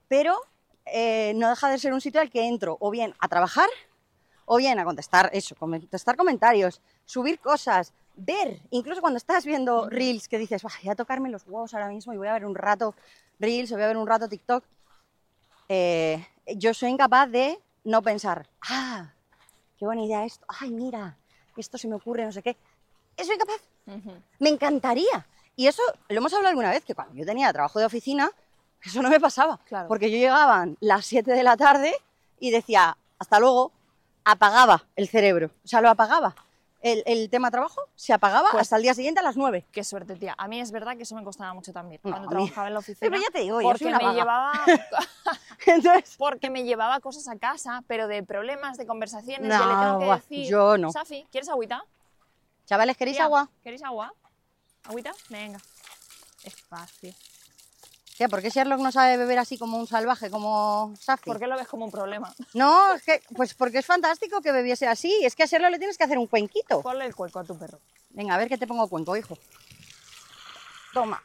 Speaker 2: pero eh, no deja de ser un sitio al que entro o bien a trabajar o bien a contestar eso, contestar comentarios, subir cosas, ver, incluso cuando estás viendo reels que dices, "Buah, voy a tocarme los huevos ahora mismo y voy a ver un rato reels o voy a ver un rato TikTok, eh, yo soy incapaz de no pensar, ah, qué buena idea esto, ay, mira, esto se me ocurre, no sé qué. Soy incapaz,
Speaker 1: Ujú.
Speaker 2: me encantaría. Y eso lo hemos hablado alguna vez, que cuando yo tenía trabajo de oficina, eso no me pasaba.
Speaker 1: Claro.
Speaker 2: Porque yo llegaban las 7 de la tarde y decía, hasta luego, apagaba el cerebro. O sea, lo apagaba. El, el tema trabajo se apagaba
Speaker 1: Pues-
Speaker 2: hasta el día siguiente a las 9.
Speaker 1: Qué suerte, tía. A mí es verdad que eso me costaba mucho también.
Speaker 2: No,
Speaker 1: cuando
Speaker 2: a mí-
Speaker 1: trabajaba en la oficina.
Speaker 2: Pero ya te digo, yo soy
Speaker 1: porque
Speaker 2: una
Speaker 1: me
Speaker 2: vaga.
Speaker 1: llevaba
Speaker 2: Entonces,
Speaker 1: porque me llevaba cosas a casa, pero de problemas, de conversaciones,
Speaker 2: No,
Speaker 1: que le tengo que
Speaker 2: buah,
Speaker 1: decir.
Speaker 2: yo no.
Speaker 1: Safi, ¿quieres agüita?
Speaker 2: chavales, ¿queréis
Speaker 1: Tía,
Speaker 2: agua?
Speaker 1: ¿Queréis agua? ¿Agüita? Venga. Es fácil.
Speaker 2: Tía, ¿por qué Sherlock no sabe beber así como un salvaje, como Safi?
Speaker 1: ¿Por qué lo ves como un problema?
Speaker 2: No, es que, pues porque es fantástico que bebiese así. Es que a Sherlock le tienes que hacer un cuenquito.
Speaker 1: Ponle el cuerpo a tu perro.
Speaker 2: Venga, a ver qué te pongo cuenco, hijo. Toma.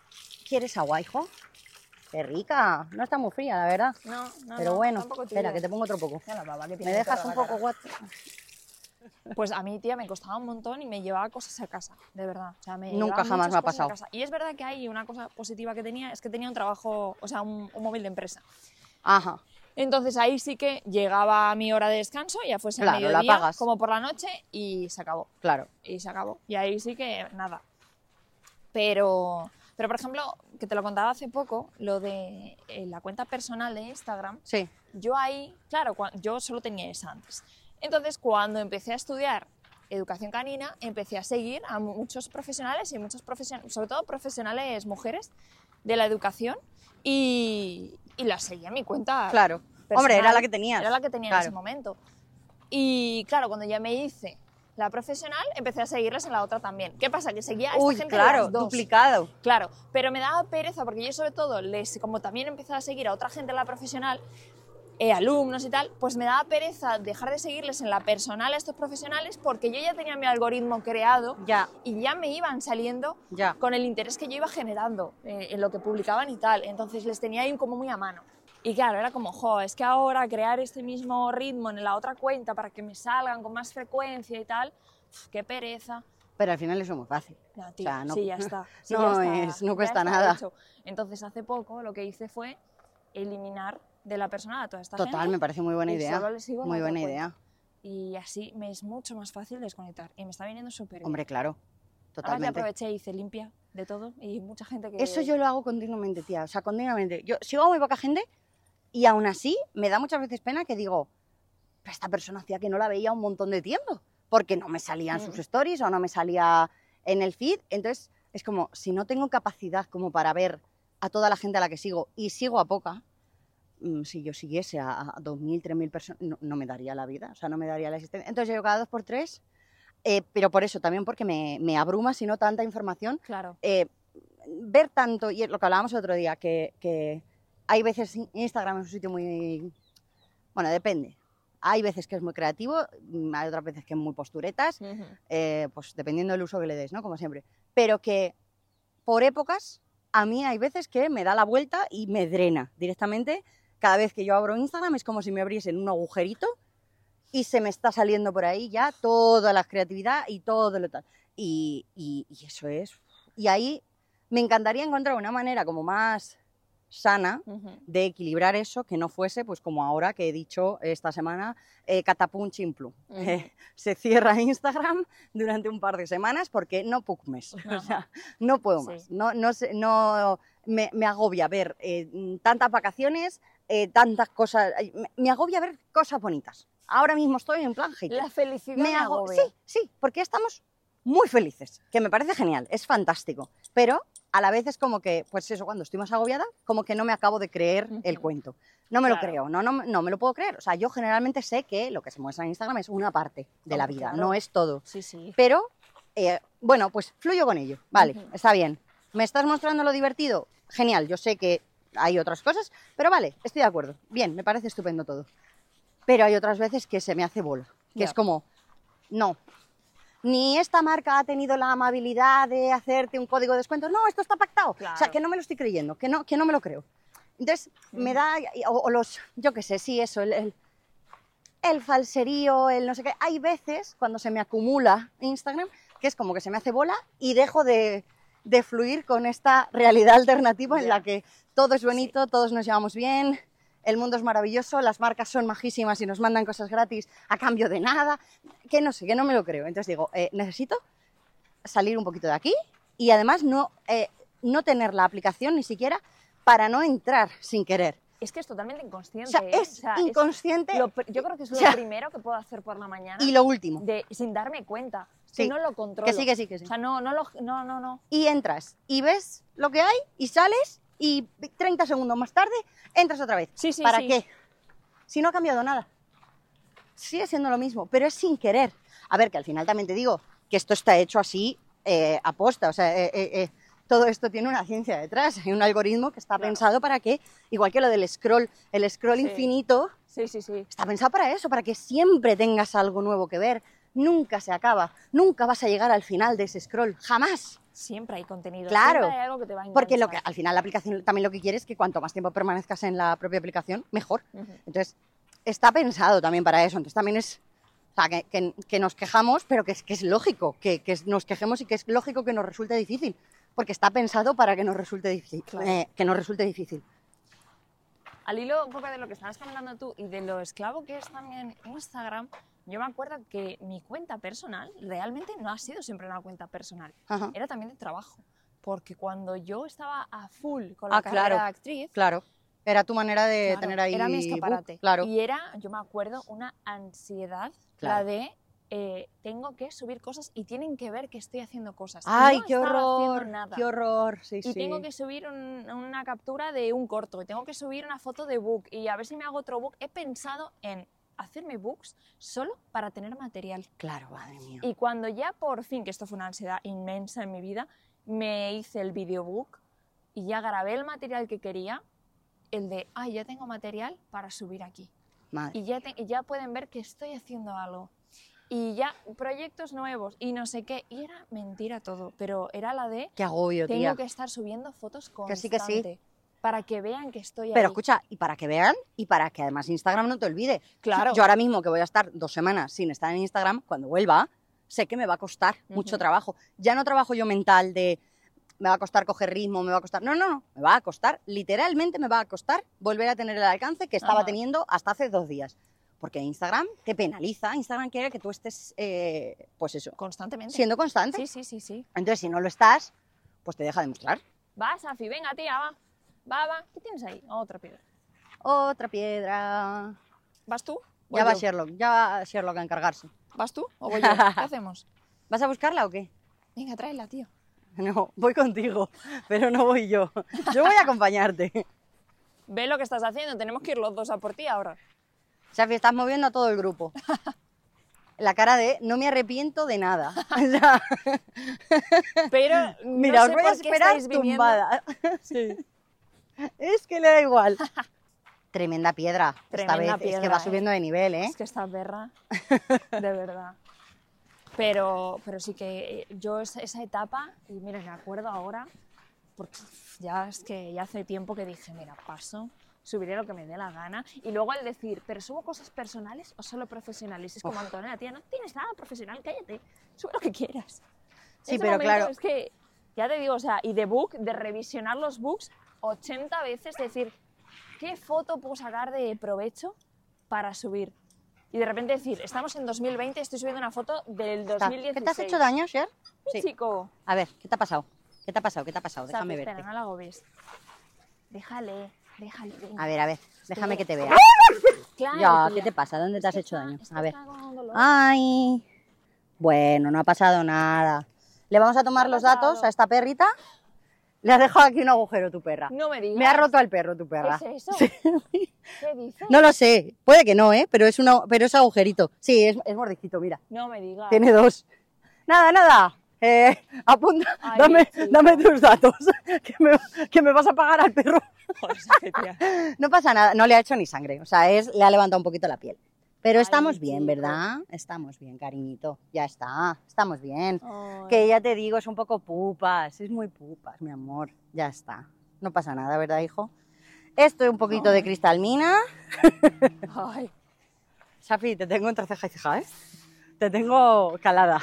Speaker 2: ¿Quieres agua, hijo? Qué rica. No está muy fría, la verdad.
Speaker 1: No, no,
Speaker 2: Pero
Speaker 1: no,
Speaker 2: bueno,
Speaker 1: tampoco te
Speaker 2: espera,
Speaker 1: digo.
Speaker 2: que te pongo otro poco.
Speaker 1: Mira la baba que tiene
Speaker 2: ¿Me
Speaker 1: el
Speaker 2: dejas
Speaker 1: perro
Speaker 2: un
Speaker 1: en la
Speaker 2: poco
Speaker 1: cara.
Speaker 2: what?
Speaker 1: Pues a mí, tía, me costaba un montón y me llevaba cosas a casa, de verdad. O sea, me llevaba
Speaker 2: Nunca jamás
Speaker 1: muchas
Speaker 2: me
Speaker 1: cosas
Speaker 2: ha
Speaker 1: a
Speaker 2: pasado.
Speaker 1: casa. Y es verdad que hay una cosa positiva que tenía, es que tenía un trabajo, o sea, un, un móvil de empresa.
Speaker 2: Ajá.
Speaker 1: Entonces ahí sí que llegaba mi hora de descanso, ya fuese a
Speaker 2: Claro, la
Speaker 1: mediodía,
Speaker 2: apagas.
Speaker 1: como por la noche, y se acabó.
Speaker 2: Claro.
Speaker 1: y se acabó. Y ahí sí que nada. Pero, pero por ejemplo, que te lo contaba hace poco, lo de eh, la cuenta personal de Instagram,
Speaker 2: Sí.
Speaker 1: yo ahí, claro, cua- yo solo tenía esa antes. Entonces, cuando empecé a estudiar educación canina, empecé a seguir a mu- muchos profesionales y muchas profesionales, sobre todo profesionales mujeres de la educación y, y las seguía en mi cuenta.
Speaker 2: Claro.
Speaker 1: personal.
Speaker 2: Hombre, era la que tenías.
Speaker 1: Era la que tenía en
Speaker 2: Claro.
Speaker 1: ese momento. Y claro, cuando ya me hice la profesional, empecé a seguirlas en la otra también. ¿Qué pasa? Que seguía a esta
Speaker 2: Uy,
Speaker 1: gente en
Speaker 2: claro,
Speaker 1: las dos.
Speaker 2: duplicado.
Speaker 1: Claro, pero me daba pereza porque yo sobre todo, les, como también empezaba a seguir a otra gente en la profesional, eh, alumnos y tal, pues me daba pereza dejar de seguirles en la personal a estos profesionales porque yo ya tenía mi algoritmo creado
Speaker 2: Ya,
Speaker 1: y ya me iban saliendo
Speaker 2: ya.
Speaker 1: con el interés que yo iba generando eh, en lo que publicaban y tal. Entonces les tenía ahí como muy a mano. Y claro, era como, jo, es que ahora crear este mismo ritmo en la otra cuenta para que me salgan con más frecuencia y tal, uf, qué pereza.
Speaker 2: Pero al final eso es muy fácil.
Speaker 1: No, tío,
Speaker 2: O sea, no-
Speaker 1: sí, ya está. sí, ya
Speaker 2: no
Speaker 1: está,
Speaker 2: es- no
Speaker 1: ya
Speaker 2: cuesta
Speaker 1: está
Speaker 2: nada.
Speaker 1: hecho. Entonces, hace poco lo que hice fue eliminar de la persona a toda esta
Speaker 2: Total, me
Speaker 1: gente
Speaker 2: parece muy buena
Speaker 1: y
Speaker 2: idea.
Speaker 1: solo le sigo en
Speaker 2: Muy
Speaker 1: la otra
Speaker 2: buena
Speaker 1: cuenta.
Speaker 2: idea.
Speaker 1: y así me es mucho más fácil desconectar y me está viniendo súper bien.
Speaker 2: Hombre, claro.
Speaker 1: Ahora que
Speaker 2: Totalmente.
Speaker 1: aproveché y hice limpia de todo y mucha gente que...
Speaker 2: Eso yo lo hago continuamente, tía. O sea, continuamente. Yo sigo a muy poca gente y aún así me da muchas veces pena que digo, "Pero esta persona hacía que no la veía un montón de tiempo, porque no me salían
Speaker 1: Mm.
Speaker 2: sus stories o no me salía en el feed. Entonces, es como, si no tengo capacidad como para ver a toda la gente a la que sigo y sigo a poca, mm, si yo siguiese a, a 2.000, 3.000 personas, no, no me daría la vida, o sea, no me daría la existencia. Entonces, yo cada dos por tres, eh, pero por eso también, porque me, me abruma, si no tanta información,
Speaker 1: Claro.
Speaker 2: eh, ver tanto, y es lo que hablábamos el otro día, que, que hay veces in- Instagram es un sitio muy... Bueno, depende. Hay veces que es muy creativo, mm, hay otras veces que es muy posturetas, eh, pues dependiendo del uso que le des, ¿no? Como siempre. Pero que por épocas, a mí hay veces que me da la vuelta y me drena directamente. Cada vez que yo abro Instagram es como si me abriesen un agujerito y se me está saliendo por ahí ya toda la creatividad y todo lo tal. Y, y- y eso es. Y ahí me encantaría encontrar una manera como más sana
Speaker 1: Ujú.
Speaker 2: de equilibrar eso, que no fuese pues como ahora que he dicho esta semana, eh, catapum chimplu.
Speaker 1: Ujú.
Speaker 2: Eh, se cierra Instagram durante un par de semanas porque no puc més. O
Speaker 1: Ajá.
Speaker 2: sea, no puedo
Speaker 1: Sí.
Speaker 2: más. No, no, sé- no me, me agobia ver eh, tantas vacaciones, eh, tantas cosas. ay, Me, me agobia ver cosas bonitas. Ahora mismo estoy en plan hater.
Speaker 1: La felicidad
Speaker 2: Me
Speaker 1: me
Speaker 2: ago-
Speaker 1: agobia.
Speaker 2: Sí, sí, porque estamos muy felices, que me parece genial, es fantástico. Pero a la vez es como que, pues eso, cuando estoy más agobiada, como que no me acabo de creer el
Speaker 1: Ujú.
Speaker 2: cuento. No me lo
Speaker 1: Claro.
Speaker 2: creo, no, no, no me lo puedo creer. O sea, yo generalmente sé que lo que se muestra en Instagram es una parte de la
Speaker 1: Hombre,
Speaker 2: vida,
Speaker 1: claro.
Speaker 2: no es todo.
Speaker 1: Sí, sí.
Speaker 2: Pero, eh, bueno, pues fluyo con ello. Vale,
Speaker 1: Ujú.
Speaker 2: está bien. ¿Me estás mostrando lo divertido? Genial, yo sé que hay otras cosas, pero vale, estoy de acuerdo. Bien, me parece estupendo todo. Pero hay otras veces que se me hace bola, que
Speaker 1: Ya.
Speaker 2: es como, no. Ni esta marca ha tenido la amabilidad de hacerte un código de descuento. No, esto está pactado. O sea,
Speaker 1: Claro.
Speaker 2: que no me lo estoy creyendo, que no, que no me lo creo. Entonces, me da, o, o los, yo qué sé, sí, eso, el- el, el falserío, el no sé qué. Hay veces cuando se me acumula Instagram que es como que se me hace bola y dejo de, de fluir con esta realidad alternativa en
Speaker 1: Ya.
Speaker 2: la que todo es bonito, todos nos llevamos bien, el mundo es maravilloso, las marcas son majísimas y nos mandan cosas gratis a cambio de nada, que no sé, que no me lo creo. Entonces digo, eh, necesito salir un poquito de aquí y además no, eh, no tener la aplicación ni siquiera para no entrar sin querer.
Speaker 1: Es que es totalmente inconsciente.
Speaker 2: O sea,
Speaker 1: ¿eh?
Speaker 2: es inconsciente
Speaker 1: lo pr- yo creo que es
Speaker 2: o
Speaker 1: lo
Speaker 2: sea,
Speaker 1: primero que puedo hacer por la mañana
Speaker 2: y lo último.
Speaker 1: de, sin darme cuenta.
Speaker 2: Sí,
Speaker 1: Si no lo controlo.
Speaker 2: Que sí, que sí, que sí.
Speaker 1: O sea, no, no, lo- no, no, no.
Speaker 2: y entras y ves lo que hay y sales y 30 segundos más tarde entras otra vez.
Speaker 1: Sí, sí,
Speaker 2: ¿Para
Speaker 1: sí.
Speaker 2: qué? Si no ha cambiado nada. Sigue siendo lo mismo, pero es sin querer. A ver, que al final también te digo que esto está hecho así eh, aposta, o sea, eh, eh, eh, todo esto tiene una ciencia detrás, hay un algoritmo que está
Speaker 1: Claro.
Speaker 2: pensado para que, igual que lo del scroll, el scroll
Speaker 1: Sí.
Speaker 2: infinito,
Speaker 1: Sí, sí, sí.
Speaker 2: Está pensado para eso, para que siempre tengas algo nuevo que ver. Nunca se acaba, nunca vas a llegar al final de ese scroll, jamás.
Speaker 1: Siempre hay contenido.
Speaker 2: Claro.
Speaker 1: Siempre hay algo que te va a
Speaker 2: Porque lo que,
Speaker 1: enganchar.
Speaker 2: al final la aplicación también lo que quiere es que cuanto más tiempo permanezcas en la propia aplicación, mejor.
Speaker 1: Ujú.
Speaker 2: Entonces, está pensado también para eso. Entonces, también es... O sea, que, que- que nos quejamos, pero que es, que es lógico que, que nos quejemos y que es lógico que nos resulte difícil. Porque está pensado para que nos resulte difícil.
Speaker 1: Claro.
Speaker 2: eh, que nos resulte difícil.
Speaker 1: Al hilo un poco de lo que estabas hablando tú y de lo esclavo que es también Instagram, yo me acuerdo que mi cuenta personal realmente no ha sido siempre una cuenta personal.
Speaker 2: Ajá.
Speaker 1: Era también de trabajo. Porque cuando yo estaba a full con la
Speaker 2: Ah,
Speaker 1: carrera
Speaker 2: claro.
Speaker 1: de actriz,
Speaker 2: Claro. Era tu manera de
Speaker 1: Claro,
Speaker 2: Eh, tener ahí...
Speaker 1: Era mi
Speaker 2: book,
Speaker 1: escaparate.
Speaker 2: Claro.
Speaker 1: Y era, yo me acuerdo, una ansiedad, la
Speaker 2: Claro.
Speaker 1: de eh, tengo que subir cosas y tienen que ver que estoy haciendo cosas. Y
Speaker 2: ¡Ay,
Speaker 1: no
Speaker 2: qué
Speaker 1: estaba haciendo
Speaker 2: horror!
Speaker 1: nada.
Speaker 2: ¡Qué horror! Sí,
Speaker 1: Y
Speaker 2: sí.
Speaker 1: tengo que subir un- una captura de un corto, y tengo que subir una foto de book, y a ver si me hago otro book. He pensado en hacerme books solo para tener material.
Speaker 2: Claro, madre mía.
Speaker 1: Y cuando ya por fin, que esto fue una ansiedad inmensa en mi vida, me hice el videobook y ya grabé el material que quería, el de, ay, ya tengo material para subir aquí.
Speaker 2: Madre.
Speaker 1: Y ya, te- y ya pueden ver que estoy haciendo algo. Y ya proyectos nuevos y no sé qué. Y era mentira todo, pero era la de,
Speaker 2: Qué agobio,
Speaker 1: tengo
Speaker 2: tía.
Speaker 1: que estar subiendo fotos
Speaker 2: Que
Speaker 1: constante
Speaker 2: sí, que sí.
Speaker 1: para que vean que estoy
Speaker 2: Pero
Speaker 1: ahí.
Speaker 2: escucha, y para que vean, y para que además Instagram no te olvide.
Speaker 1: Claro.
Speaker 2: Yo ahora mismo que voy a estar dos semanas sin estar en Instagram, cuando vuelva, sé que me va a costar mucho
Speaker 1: Ujú.
Speaker 2: trabajo. Ya no trabajo yo mental de me va a costar coger ritmo, me va a costar. No, no, no. Me va a costar, literalmente me va a costar volver a tener el alcance que estaba
Speaker 1: Ajá.
Speaker 2: teniendo hasta hace dos días. Porque Instagram te penaliza, Instagram quiere que tú estés, eh, pues eso,
Speaker 1: Constantemente.
Speaker 2: siendo constante.
Speaker 1: Sí, sí, sí, sí.
Speaker 2: Entonces, si no lo estás, pues te deja de mostrar.
Speaker 1: Va, Safi, venga, tía, va. Va, va. ¿Qué tienes ahí? Otra piedra.
Speaker 2: Otra piedra.
Speaker 1: ¿Vas tú? ¿Voy
Speaker 2: Ya va
Speaker 1: yo?
Speaker 2: Sherlock, ya va Sherlock a encargarse.
Speaker 1: ¿Vas tú o voy yo? ¿Qué hacemos?
Speaker 2: ¿Vas a buscarla o qué?
Speaker 1: Venga, tráela, tío.
Speaker 2: No, voy contigo, pero no voy yo. Yo voy a acompañarte.
Speaker 1: Ve lo que estás haciendo, tenemos que ir los dos a por ti ahora.
Speaker 2: Safi, estás moviendo a todo el grupo. La cara de no me arrepiento de nada. O sea,
Speaker 1: Pero
Speaker 2: mira,
Speaker 1: no
Speaker 2: os
Speaker 1: sé
Speaker 2: voy a
Speaker 1: por qué
Speaker 2: esperar
Speaker 1: estáis viniendo.
Speaker 2: tumbada. Es que le da igual. Tremenda piedra. esta vez
Speaker 1: Tremenda
Speaker 2: es que va
Speaker 1: piedra, ¿eh?
Speaker 2: subiendo de nivel, ¿eh?
Speaker 1: Es que esta perra, de verdad. Pero, pero sí que eh, yo esa, esa etapa, y mira, me acuerdo ahora, porque ya es que ya hace tiempo que dije, mira, paso. O subiré lo que me dé la gana. Y luego el decir, ¿pero subo cosas personales o solo profesionales? Es como
Speaker 2: Uf.
Speaker 1: Antonella, tía, no tienes nada profesional, cállate, sube lo que quieras.
Speaker 2: Sí,
Speaker 1: Ese
Speaker 2: pero
Speaker 1: momento
Speaker 2: claro.
Speaker 1: Es que, ya te digo, o sea, y de book, de revisionar los books 80 veces, decir, ¿qué foto puedo sacar de provecho para subir? Y de repente decir, estamos en 2020, estoy subiendo una foto del
Speaker 2: Ya está.
Speaker 1: 2016.
Speaker 2: ¿Qué te has hecho daño, Cher?
Speaker 1: Un
Speaker 2: Sí.
Speaker 1: chico.
Speaker 2: A ver, ¿qué te ha pasado? ¿Qué te ha pasado? ¿Qué te ha pasado?
Speaker 1: Déjame
Speaker 2: Déjame verte.
Speaker 1: no la agobies. Déjale, déjale. venga.
Speaker 2: A ver, a ver, déjame que te vea.
Speaker 1: Claro,
Speaker 2: Ya, ¿qué
Speaker 1: tía.
Speaker 2: te pasa? ¿Dónde te has
Speaker 1: Esta
Speaker 2: hecho
Speaker 1: está-
Speaker 2: daño?
Speaker 1: esta
Speaker 2: A ver. Ah,
Speaker 1: está con dolor.
Speaker 2: Ay. Bueno, no ha pasado nada. Le vamos a tomar
Speaker 1: Ha
Speaker 2: los
Speaker 1: pasado.
Speaker 2: datos a esta perrita. Le has dejado aquí un agujero tu perra.
Speaker 1: No me digas.
Speaker 2: Me ha roto al perro tu perra.
Speaker 1: ¿Qué es eso?
Speaker 2: Sí.
Speaker 1: ¿Qué dices?
Speaker 2: No lo sé. Puede que no, ¿eh? Pero es, una, pero es agujerito. Sí, es, es mordisquito, mira.
Speaker 1: No me digas.
Speaker 2: Ah. Tiene dos. Nada, nada. Eh, apunta,
Speaker 1: Ay,
Speaker 2: dame,
Speaker 1: chica.
Speaker 2: dame tus datos, que me, que me vas a pagar al perro.
Speaker 1: Joder, esa tía.
Speaker 2: No pasa nada, no le ha hecho ni sangre, o sea, es, le ha levantado un poquito la piel. Pero
Speaker 1: Ay,
Speaker 2: estamos bien,
Speaker 1: chico.
Speaker 2: ¿verdad? Estamos bien, cariñito, ya está, estamos bien.
Speaker 1: Ay.
Speaker 2: Que ya te digo, es un poco pupas, es muy pupas, mi amor, ya está. No pasa nada, ¿verdad, hijo? Esto es un poquito
Speaker 1: eh.
Speaker 2: de cristalmina.
Speaker 1: Ay.
Speaker 2: Safi, te tengo entre ceja y ceja, ¿eh? Te tengo calada.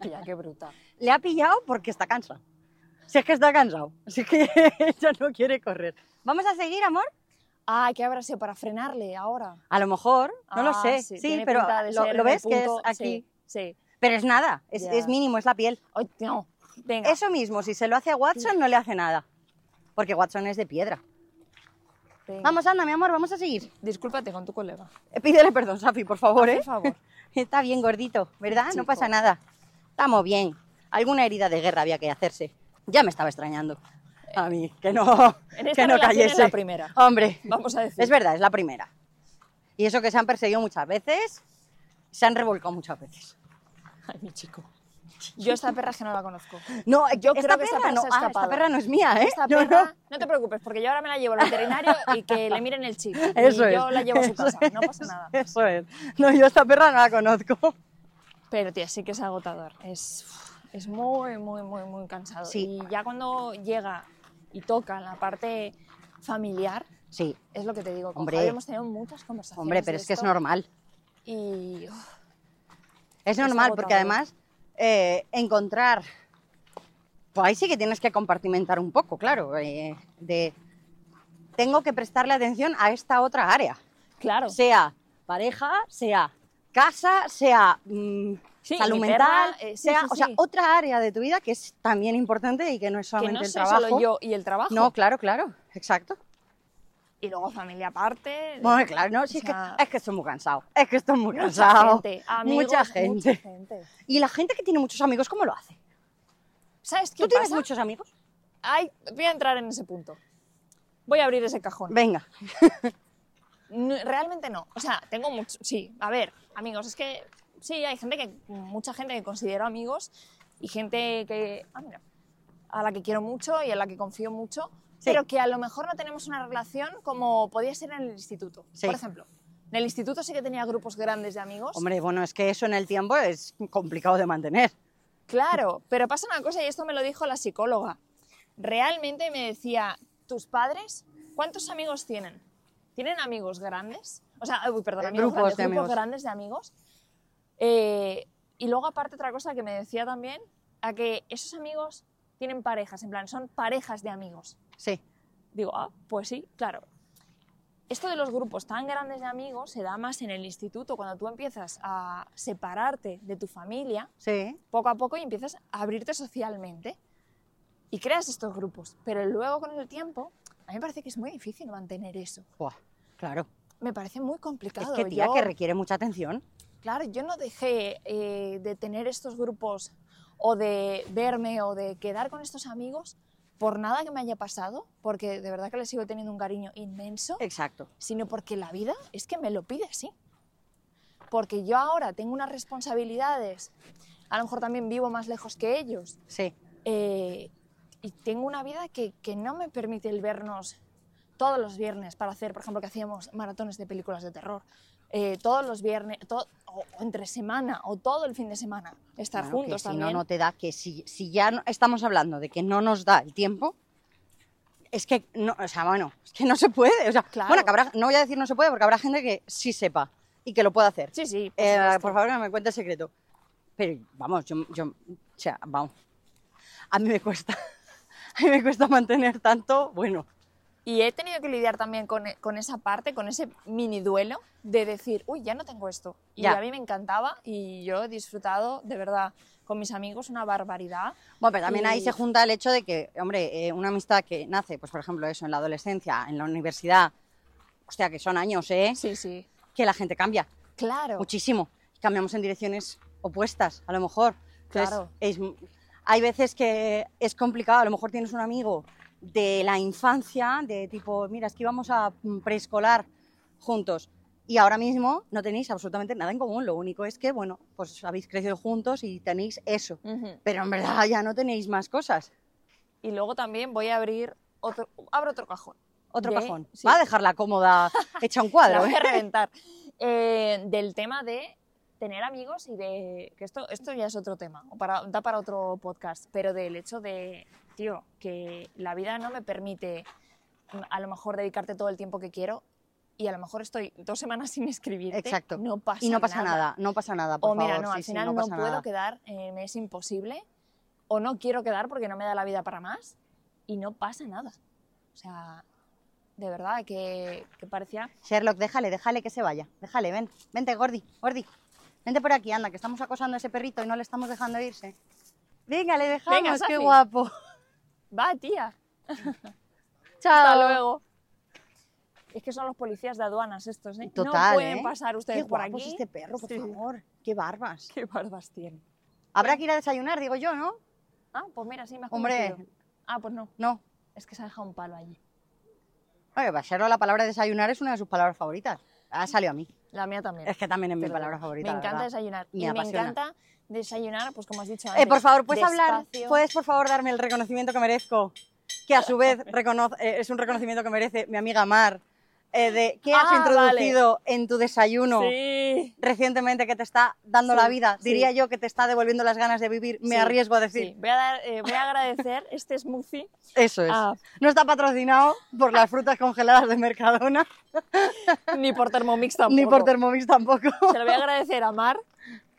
Speaker 1: Tía, qué bruta.
Speaker 2: le ha pillado porque está cansado. Si es que está cansado, si es que ya no quiere correr. ¿Vamos a seguir, amor?
Speaker 1: Ah, ¿qué habrá sido para frenarle ahora?
Speaker 2: A lo mejor, no lo
Speaker 1: Ah,
Speaker 2: sé. Sí,
Speaker 1: tiene
Speaker 2: pero
Speaker 1: pinta de
Speaker 2: lo,
Speaker 1: ser en
Speaker 2: lo
Speaker 1: el
Speaker 2: ves que es
Speaker 1: punto-
Speaker 2: aquí.
Speaker 1: Sí, sí.
Speaker 2: Pero es nada, es,
Speaker 1: Ya.
Speaker 2: es mínimo, es la piel.
Speaker 1: Ay, no. Venga.
Speaker 2: Eso mismo, si se lo hace a Watson, no le hace nada. Porque Watson es de piedra.
Speaker 1: venga.
Speaker 2: Vamos, anda, mi amor, vamos a seguir.
Speaker 1: Discúlpate con tu colega.
Speaker 2: Eh, Pídele perdón, Safi, por favor, ¿eh?
Speaker 1: Por favor.
Speaker 2: Está bien gordito, ¿verdad?
Speaker 1: Sí,
Speaker 2: No
Speaker 1: chico.
Speaker 2: pasa nada. Estamos bien. Alguna herida de guerra había que hacerse. Ya me estaba extrañando. A mí, que no,
Speaker 1: Eh, En esta
Speaker 2: que no
Speaker 1: relación es
Speaker 2: cayese.
Speaker 1: la primera.
Speaker 2: Hombre,
Speaker 1: Vamos a decir.
Speaker 2: es verdad, es la primera. Y eso que se han perseguido muchas veces, se han revolcado muchas veces.
Speaker 1: Ay, mi chico. Yo esta perra es que no la conozco.
Speaker 2: No,
Speaker 1: Yo
Speaker 2: esta
Speaker 1: creo que
Speaker 2: perra
Speaker 1: esta perra
Speaker 2: no,
Speaker 1: se ha
Speaker 2: ah, esta
Speaker 1: escapado.
Speaker 2: perra no es mía, ¿eh?
Speaker 1: Esta
Speaker 2: No, no.
Speaker 1: perra, no te preocupes, porque yo ahora me la llevo al veterinario y que le miren el chip. Y
Speaker 2: Eso es.
Speaker 1: yo la llevo a su
Speaker 2: eso
Speaker 1: casa, no pasa
Speaker 2: es,
Speaker 1: nada.
Speaker 2: Eso es. No, yo esta perra no la conozco.
Speaker 1: Pero tía, sí que es agotador. Es, es muy, muy, muy, muy cansado.
Speaker 2: Sí.
Speaker 1: Y ya cuando llega y toca la parte familiar,
Speaker 2: Sí,
Speaker 1: es lo que te digo. Con
Speaker 2: Hombre.
Speaker 1: Javi hemos tenido muchas conversaciones.
Speaker 2: hombre,
Speaker 1: de
Speaker 2: pero es que es
Speaker 1: esto
Speaker 2: normal.
Speaker 1: Y uf, Es
Speaker 2: Es normal, porque
Speaker 1: agotador.
Speaker 2: además eh, encontrar. Pues ahí sí que tienes que compartimentar un poco, claro. eh, de tengo que prestarle atención a esta otra área.
Speaker 1: claro.
Speaker 2: Sea pareja, sea casa, sea mm,
Speaker 1: Sí,
Speaker 2: salud
Speaker 1: mi
Speaker 2: mental,
Speaker 1: perra, eh, sí,
Speaker 2: sea,
Speaker 1: sí,
Speaker 2: o sea,
Speaker 1: sí.
Speaker 2: otra área de tu vida que es también importante y que no es
Speaker 1: que
Speaker 2: solamente
Speaker 1: no
Speaker 2: el
Speaker 1: soy
Speaker 2: trabajo.
Speaker 1: solo yo y el trabajo.
Speaker 2: No, claro, claro, exacto.
Speaker 1: Y luego familia aparte.
Speaker 2: Bueno, claro, no,
Speaker 1: o
Speaker 2: si es, que,
Speaker 1: sea,
Speaker 2: es que estoy muy cansado, es que estoy muy
Speaker 1: mucha
Speaker 2: cansado.
Speaker 1: gente, amigos,
Speaker 2: mucha gente.
Speaker 1: mucha gente.
Speaker 2: Y la gente que tiene muchos amigos, ¿cómo lo hace?
Speaker 1: ¿Sabes qué
Speaker 2: ¿Tú tienes
Speaker 1: pasa?
Speaker 2: muchos amigos?
Speaker 1: Ay, voy a entrar en ese punto. Voy a abrir ese cajón.
Speaker 2: Venga.
Speaker 1: No, realmente no. O sea, tengo mucho. Sí, a ver, amigos, es que sí, hay gente que. Mucha gente que considero amigos y gente que. ah, mira, a la que quiero mucho y a la que confío mucho,
Speaker 2: Sí.
Speaker 1: pero que a lo mejor no tenemos una relación como podía ser en el instituto.
Speaker 2: Sí.
Speaker 1: Por ejemplo, en el instituto sí que tenía grupos grandes de amigos.
Speaker 2: Hombre, bueno, es que eso en el tiempo es complicado de mantener.
Speaker 1: Claro, pero pasa una cosa y esto me lo dijo la psicóloga. Realmente me decía, tus padres, ¿cuántos amigos tienen? ¿Tienen amigos grandes? O sea, uy, perdón,
Speaker 2: Eh,
Speaker 1: amigos grandes,
Speaker 2: grupos de
Speaker 1: grupos
Speaker 2: amigos.
Speaker 1: grandes de amigos. Eh, y luego aparte otra cosa que me decía también, a que esos amigos tienen parejas, en plan, son parejas de amigos.
Speaker 2: Sí,
Speaker 1: Digo, ah, pues sí, claro. Esto de los grupos tan grandes de amigos se da más en el instituto, cuando tú empiezas a separarte de tu familia
Speaker 2: sí.
Speaker 1: poco a poco y empiezas a abrirte socialmente y creas estos grupos. Pero luego con el tiempo, a mí me parece que es muy difícil mantener eso.
Speaker 2: Buah, claro.
Speaker 1: Me parece muy
Speaker 2: Es
Speaker 1: complicado.
Speaker 2: que tía,
Speaker 1: Yo-
Speaker 2: que requiere mucha atención.
Speaker 1: Claro, yo no dejé eh, de tener estos grupos o de verme o de quedar con estos amigos por nada que me haya pasado, porque de verdad que les sigo teniendo un cariño inmenso
Speaker 2: Exacto.
Speaker 1: sino porque la vida es que me lo pide así. Porque yo ahora tengo unas responsabilidades, a lo mejor también vivo más lejos que ellos,
Speaker 2: Sí,
Speaker 1: eh, y tengo una vida que, que no me permite el vernos todos los viernes para hacer, por ejemplo, que hacíamos maratones de películas de terror, eh, todos los viernes, to- o, o entre semana, o todo el fin de semana, estar
Speaker 2: Bueno, que
Speaker 1: juntos
Speaker 2: si no,
Speaker 1: también.
Speaker 2: no te da que si, si ya no- estamos hablando de que no nos da el tiempo, es que no, o sea, bueno, es que no se puede. O sea,
Speaker 1: Claro.
Speaker 2: bueno, que habrá- no voy a decir no se puede porque habrá gente que sí sepa y que lo pueda hacer.
Speaker 1: Sí, sí. por
Speaker 2: Eh,
Speaker 1: supuesto.
Speaker 2: por favor, que me cuente el secreto. Pero vamos, yo, yo, o sea, vamos. A mí me cuesta, a mí me cuesta mantener tanto, bueno,
Speaker 1: Y he tenido que lidiar también con, con esa parte, con ese mini duelo de decir, uy, ya no tengo esto. Y
Speaker 2: Ya.
Speaker 1: a mí me encantaba y yo he disfrutado, de verdad, con mis amigos una barbaridad.
Speaker 2: Bueno, pero también ahí
Speaker 1: Y-
Speaker 2: se junta el hecho de que, hombre, eh, una amistad que nace, pues por ejemplo, eso, en la adolescencia, en la universidad, hostia, que son años, ¿eh?
Speaker 1: Sí, sí.
Speaker 2: Que la gente cambia
Speaker 1: Claro.
Speaker 2: muchísimo. Cambiamos en direcciones opuestas, a lo mejor. Entonces,
Speaker 1: Claro.
Speaker 2: es- hay veces que es complicado, a lo mejor tienes un amigo de la infancia, de tipo, mira, es que íbamos a mm, preescolar juntos. Y ahora mismo no tenéis absolutamente nada en común, lo único es que, bueno, pues habéis crecido juntos y tenéis eso.
Speaker 1: Ujú.
Speaker 2: Pero en verdad ya no tenéis más cosas.
Speaker 1: Y luego también voy a abrir otro, abro otro cajón.
Speaker 2: Otro
Speaker 1: De-
Speaker 2: cajón.
Speaker 1: sí.
Speaker 2: Va a dejar la cómoda hecha un
Speaker 1: La
Speaker 2: cuadro.
Speaker 1: voy
Speaker 2: ¿eh?
Speaker 1: a reventar. Eh, del tema de tener amigos y de. que esto, esto ya es otro tema, o para, da para otro podcast, pero del hecho de, tío, que la vida no me permite mm, a lo mejor dedicarte todo el tiempo que quiero y a lo mejor estoy dos semanas sin escribirte.
Speaker 2: Exacto.
Speaker 1: No pasa
Speaker 2: Y no pasa nada. no pasa nada. Por
Speaker 1: O mira,
Speaker 2: favor,
Speaker 1: no,
Speaker 2: sí,
Speaker 1: al
Speaker 2: sí,
Speaker 1: final no,
Speaker 2: pasa
Speaker 1: puedo
Speaker 2: nada.
Speaker 1: quedar, eh, me es imposible, o no quiero quedar porque no me da la vida para más, y no pasa nada. O sea, de verdad que, que parecía...
Speaker 2: Sherlock, déjale, déjale que se vaya. Déjale, ven. Vente, Gordi, Gordi. Vente por aquí, anda, que estamos acosando a ese perrito y no le estamos dejando irse. Venga, le dejamos,
Speaker 1: Venga,
Speaker 2: qué
Speaker 1: Safi.
Speaker 2: guapo.
Speaker 1: Va, tía,
Speaker 2: Chao.
Speaker 1: hasta luego. Es que son los policías de aduanas estos, ¿eh?
Speaker 2: Total,
Speaker 1: no pueden
Speaker 2: ¿eh?
Speaker 1: pasar
Speaker 2: Qué
Speaker 1: ustedes por
Speaker 2: guapo
Speaker 1: aquí.
Speaker 2: es este perro, por
Speaker 1: Sí.
Speaker 2: favor. Qué barbas.
Speaker 1: Qué barbas tienen.
Speaker 2: Habrá que ir a desayunar, digo yo, ¿no?
Speaker 1: Ah, pues mira, sí, me has
Speaker 2: Hombre.
Speaker 1: convencido. Ah, pues no,
Speaker 2: No.
Speaker 1: es que se ha dejado un palo allí.
Speaker 2: Oye, para Sherlock la palabra desayunar es una de sus palabras favoritas. Ha salido a mí.
Speaker 1: La mía también.
Speaker 2: Es que también es mi
Speaker 1: Pero
Speaker 2: palabra
Speaker 1: bueno,
Speaker 2: favorita.
Speaker 1: Me
Speaker 2: la
Speaker 1: encanta
Speaker 2: verdad.
Speaker 1: desayunar.
Speaker 2: Me
Speaker 1: y me
Speaker 2: apasiona.
Speaker 1: encanta desayunar, pues como has dicho antes.
Speaker 2: Eh, por favor, ¿puedes hablar?
Speaker 1: despacio.
Speaker 2: ¿Puedes, por favor, darme el reconocimiento que merezco? Que a su vez reconoz- eh, es un reconocimiento que merece mi amiga Mar, eh, de que has
Speaker 1: Ah,
Speaker 2: introducido en tu desayuno
Speaker 1: Sí.
Speaker 2: recientemente que te está dando
Speaker 1: Sí,
Speaker 2: la vida.
Speaker 1: sí.
Speaker 2: Diría yo que te está devolviendo las ganas de vivir,
Speaker 1: Sí,
Speaker 2: me arriesgo a
Speaker 1: Sí,
Speaker 2: decir.
Speaker 1: voy a, dar, eh, voy a agradecer este smoothie.
Speaker 2: Eso es.
Speaker 1: Ah.
Speaker 2: No está patrocinado por las frutas congeladas de Mercadona,
Speaker 1: Ni por Thermomix tampoco.
Speaker 2: ni por Thermomix tampoco.
Speaker 1: Se lo voy a agradecer a Mar,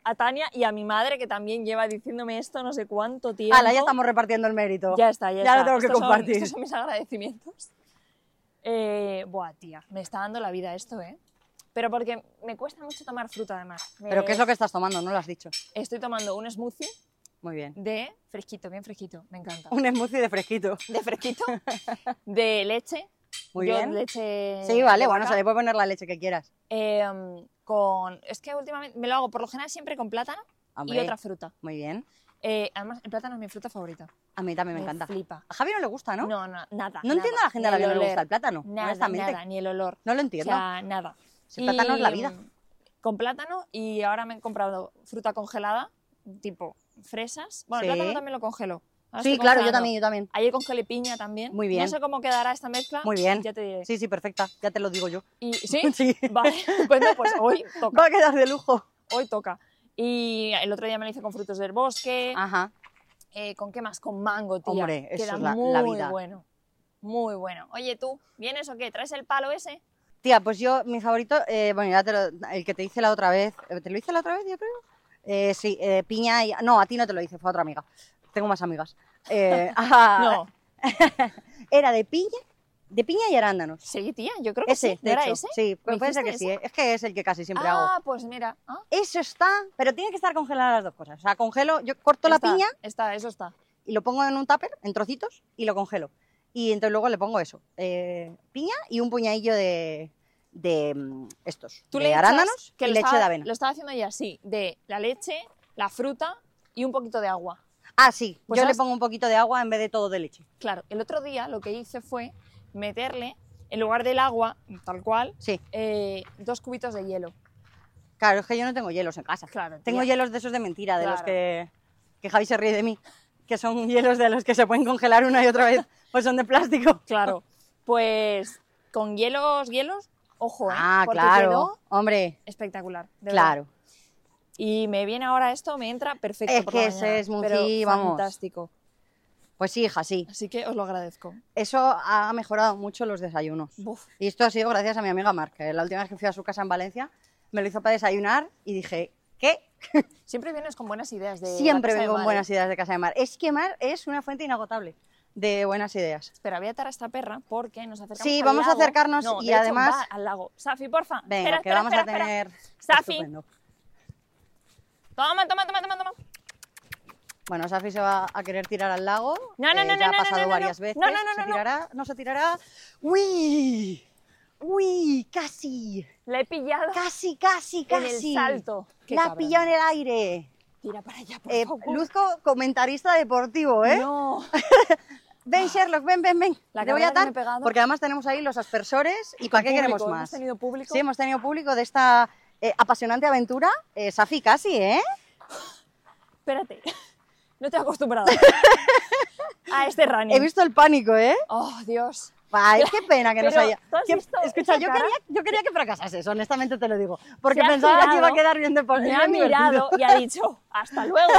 Speaker 1: a Tania y a mi madre, que también lleva diciéndome esto no sé cuánto tiempo.
Speaker 2: Hala, ya estamos repartiendo el mérito.
Speaker 1: Ya está, ya,
Speaker 2: Ya lo
Speaker 1: está.
Speaker 2: tengo que
Speaker 1: Estos son-
Speaker 2: compartir.
Speaker 1: estos son mis agradecimientos. Eh, buah, tía, me está dando la vida esto, ¿eh? Pero porque me cuesta mucho tomar fruta, además. Me-
Speaker 2: Pero ¿qué es lo que estás tomando? No lo has dicho.
Speaker 1: Estoy tomando un smoothie
Speaker 2: Muy bien.
Speaker 1: de fresquito, bien fresquito, me encanta.
Speaker 2: Un smoothie de fresquito.
Speaker 1: De fresquito, de leche.
Speaker 2: Muy
Speaker 1: Yo
Speaker 2: bien.
Speaker 1: leche
Speaker 2: Sí, vale,
Speaker 1: de
Speaker 2: bueno, se
Speaker 1: vaca.
Speaker 2: le puede poner la leche que quieras.
Speaker 1: Eh, con, es que últimamente me lo hago por lo general siempre con plátano y
Speaker 2: Hombre,
Speaker 1: otra fruta.
Speaker 2: Muy bien.
Speaker 1: Eh, además, el plátano es mi fruta favorita.
Speaker 2: A mí también me, encanta.
Speaker 1: flipa.
Speaker 2: A Javi no le gusta, ¿no?
Speaker 1: No, no, nada.
Speaker 2: No entiendo a la gente a la que no le gusta el plátano,
Speaker 1: Nada,
Speaker 2: honestamente.
Speaker 1: nada, ni el olor.
Speaker 2: No lo
Speaker 1: O
Speaker 2: entiendo.
Speaker 1: sea, nada.
Speaker 2: Si el plátano es la vida.
Speaker 1: mm, Con plátano y ahora me he comprado fruta congelada, tipo fresas. Bueno, el
Speaker 2: Sí.
Speaker 1: plátano también lo congelo. Ahora
Speaker 2: sí,
Speaker 1: estoy
Speaker 2: claro, yo
Speaker 1: congelando.
Speaker 2: también, yo también.
Speaker 1: Ayer congelé piña también.
Speaker 2: Muy bien.
Speaker 1: No sé cómo quedará esta mezcla.
Speaker 2: Muy bien.
Speaker 1: Ya te diré.
Speaker 2: Sí, sí, perfecta. Ya te lo digo yo.
Speaker 1: Y, ¿Sí?
Speaker 2: Sí.
Speaker 1: Vale, estupendo, pues hoy toca.
Speaker 2: Va a quedar de lujo.
Speaker 1: hoy toca. Y el otro día me lo hice con frutos del bosque.
Speaker 2: Ajá.
Speaker 1: Eh, ¿Con qué más? Con mango, tía.
Speaker 2: Ah. Hombre, eso
Speaker 1: Queda
Speaker 2: es la-
Speaker 1: muy
Speaker 2: la vida.
Speaker 1: bueno. Muy bueno. Oye, tú, ¿vienes o qué? ¿Traes el palo ese?
Speaker 2: Tía, pues yo, mi favorito, eh, bueno, ya te lo- el que te hice la otra vez. eh, ¿Te lo hice la otra vez, yo creo? Eh, sí, eh, piña y. No, a ti no te lo hice, fue a otra amiga. Tengo más amigas. Eh, ajá.
Speaker 1: No.
Speaker 2: Era de piña, de piña y arándanos.
Speaker 1: Sí, tía, yo creo que
Speaker 2: Ese,
Speaker 1: sí. ¿No
Speaker 2: de
Speaker 1: era
Speaker 2: hecho.
Speaker 1: ese?
Speaker 2: Sí,
Speaker 1: ¿Me
Speaker 2: puede ser que
Speaker 1: hiciste
Speaker 2: sí. eh. Es que es el que casi siempre hago.
Speaker 1: Ah, pues mira. Ah,
Speaker 2: Eso está, pero tiene que estar congeladas las dos cosas. O sea, congelo, yo corto la
Speaker 1: está,
Speaker 2: piña
Speaker 1: Está, eso está.
Speaker 2: y lo pongo en un tupper, en trocitos, y lo congelo. Y entonces luego le pongo eso, eh, piña y un puñadillo de, de mm, estos, de
Speaker 1: echas
Speaker 2: arándanos
Speaker 1: que
Speaker 2: y
Speaker 1: lo
Speaker 2: leche
Speaker 1: estaba-
Speaker 2: de avena.
Speaker 1: Lo estaba haciendo ya así, de la leche, la fruta y un poquito de agua.
Speaker 2: Ah, sí,
Speaker 1: Pues
Speaker 2: yo le
Speaker 1: ¿sabes?
Speaker 2: pongo un poquito de agua en vez de todo de leche.
Speaker 1: Claro, el otro día lo que hice fue meterle, en lugar del agua, tal cual,
Speaker 2: Sí,
Speaker 1: eh, dos cubitos de hielo.
Speaker 2: claro, es que yo no tengo hielos en casa.
Speaker 1: Claro,
Speaker 2: Tengo
Speaker 1: tía.
Speaker 2: hielos de esos de mentira, de los
Speaker 1: Claro.
Speaker 2: que, que Javi se ríe de mí, que son hielos de los que se pueden congelar una y otra vez, pues son de plástico.
Speaker 1: Claro, pues con hielos, hielos, ojo, ¿eh?
Speaker 2: Ah,
Speaker 1: porque
Speaker 2: claro,
Speaker 1: quedó
Speaker 2: hombre,
Speaker 1: espectacular, de verdad.
Speaker 2: claro.
Speaker 1: Y me viene ahora esto, me entra perfecto
Speaker 2: Es
Speaker 1: por
Speaker 2: que
Speaker 1: la
Speaker 2: ese
Speaker 1: mañana,
Speaker 2: smoothie,
Speaker 1: pero
Speaker 2: vamos.
Speaker 1: fantástico.
Speaker 2: Pues sí, hija, sí.
Speaker 1: Así que os lo agradezco.
Speaker 2: Eso ha mejorado mucho los desayunos.
Speaker 1: Buf.
Speaker 2: Y esto ha sido gracias a mi amiga Mar, que la última vez que fui a su casa en Valencia me lo hizo para desayunar y dije, ¿qué?
Speaker 1: Siempre vienes con buenas ideas de. la
Speaker 2: Siempre
Speaker 1: Casa de ¿eh?
Speaker 2: vengo con
Speaker 1: Madre.
Speaker 2: buenas ideas de casa de Mar. Es que Mar es una fuente inagotable de buenas ideas.
Speaker 1: Pero voy a atar a esta perra porque nos acercamos.
Speaker 2: Sí,
Speaker 1: al
Speaker 2: vamos a
Speaker 1: lago.
Speaker 2: acercarnos
Speaker 1: No,
Speaker 2: y
Speaker 1: de hecho,
Speaker 2: además-
Speaker 1: va al lago. Safi, porfa.
Speaker 2: Venga,
Speaker 1: Espera,
Speaker 2: que
Speaker 1: espera,
Speaker 2: vamos
Speaker 1: espera,
Speaker 2: a
Speaker 1: espera.
Speaker 2: tener...
Speaker 1: Safi.
Speaker 2: Estupendo.
Speaker 1: Toma, toma, toma, toma, toma.
Speaker 2: Bueno, Safi se va a querer tirar al lago.
Speaker 1: No, no, no,
Speaker 2: Ya
Speaker 1: no, no,
Speaker 2: ha pasado
Speaker 1: no, no,
Speaker 2: varias
Speaker 1: no.
Speaker 2: veces.
Speaker 1: No, no, no,
Speaker 2: se
Speaker 1: no, no.
Speaker 2: tirará, no se tirará. ¡Uy! ¡Uy! ¡Casi!
Speaker 1: La he pillado.
Speaker 2: ¡Casi, casi,
Speaker 1: En el
Speaker 2: casi!
Speaker 1: salto. Qué
Speaker 2: La ha
Speaker 1: cabrón.
Speaker 2: pillado en el aire.
Speaker 1: Tira para allá, por
Speaker 2: Eh,
Speaker 1: favor.
Speaker 2: luzco comentarista deportivo, ¿eh?
Speaker 1: No. Ah.
Speaker 2: Ven, Sherlock, ven, ven, ven.
Speaker 1: La
Speaker 2: Te voy
Speaker 1: cagada
Speaker 2: a
Speaker 1: que
Speaker 2: atar,
Speaker 1: me he pegado.
Speaker 2: porque además tenemos ahí los aspersores y, ¿para qué
Speaker 1: público,
Speaker 2: queremos
Speaker 1: hemos
Speaker 2: más?
Speaker 1: tenido público.
Speaker 2: Sí, hemos tenido público de esta eh, apasionante aventura. Eh, Safi casi, ¿eh?
Speaker 1: Espérate. No te he acostumbrado a este running.
Speaker 2: He visto el pánico, ¿eh?
Speaker 1: Oh, Dios.
Speaker 2: Ay, qué pena que no se
Speaker 1: Pero,
Speaker 2: haya.
Speaker 1: ¿tú has
Speaker 2: que-
Speaker 1: visto
Speaker 2: escucha,
Speaker 1: esa
Speaker 2: yo
Speaker 1: cara?
Speaker 2: quería, yo quería que fracasases, honestamente te lo digo. Porque
Speaker 1: Se ha
Speaker 2: pensaba que
Speaker 1: girado,
Speaker 2: iba a quedar bien de
Speaker 1: Me ha mirado y ha dicho, hasta luego.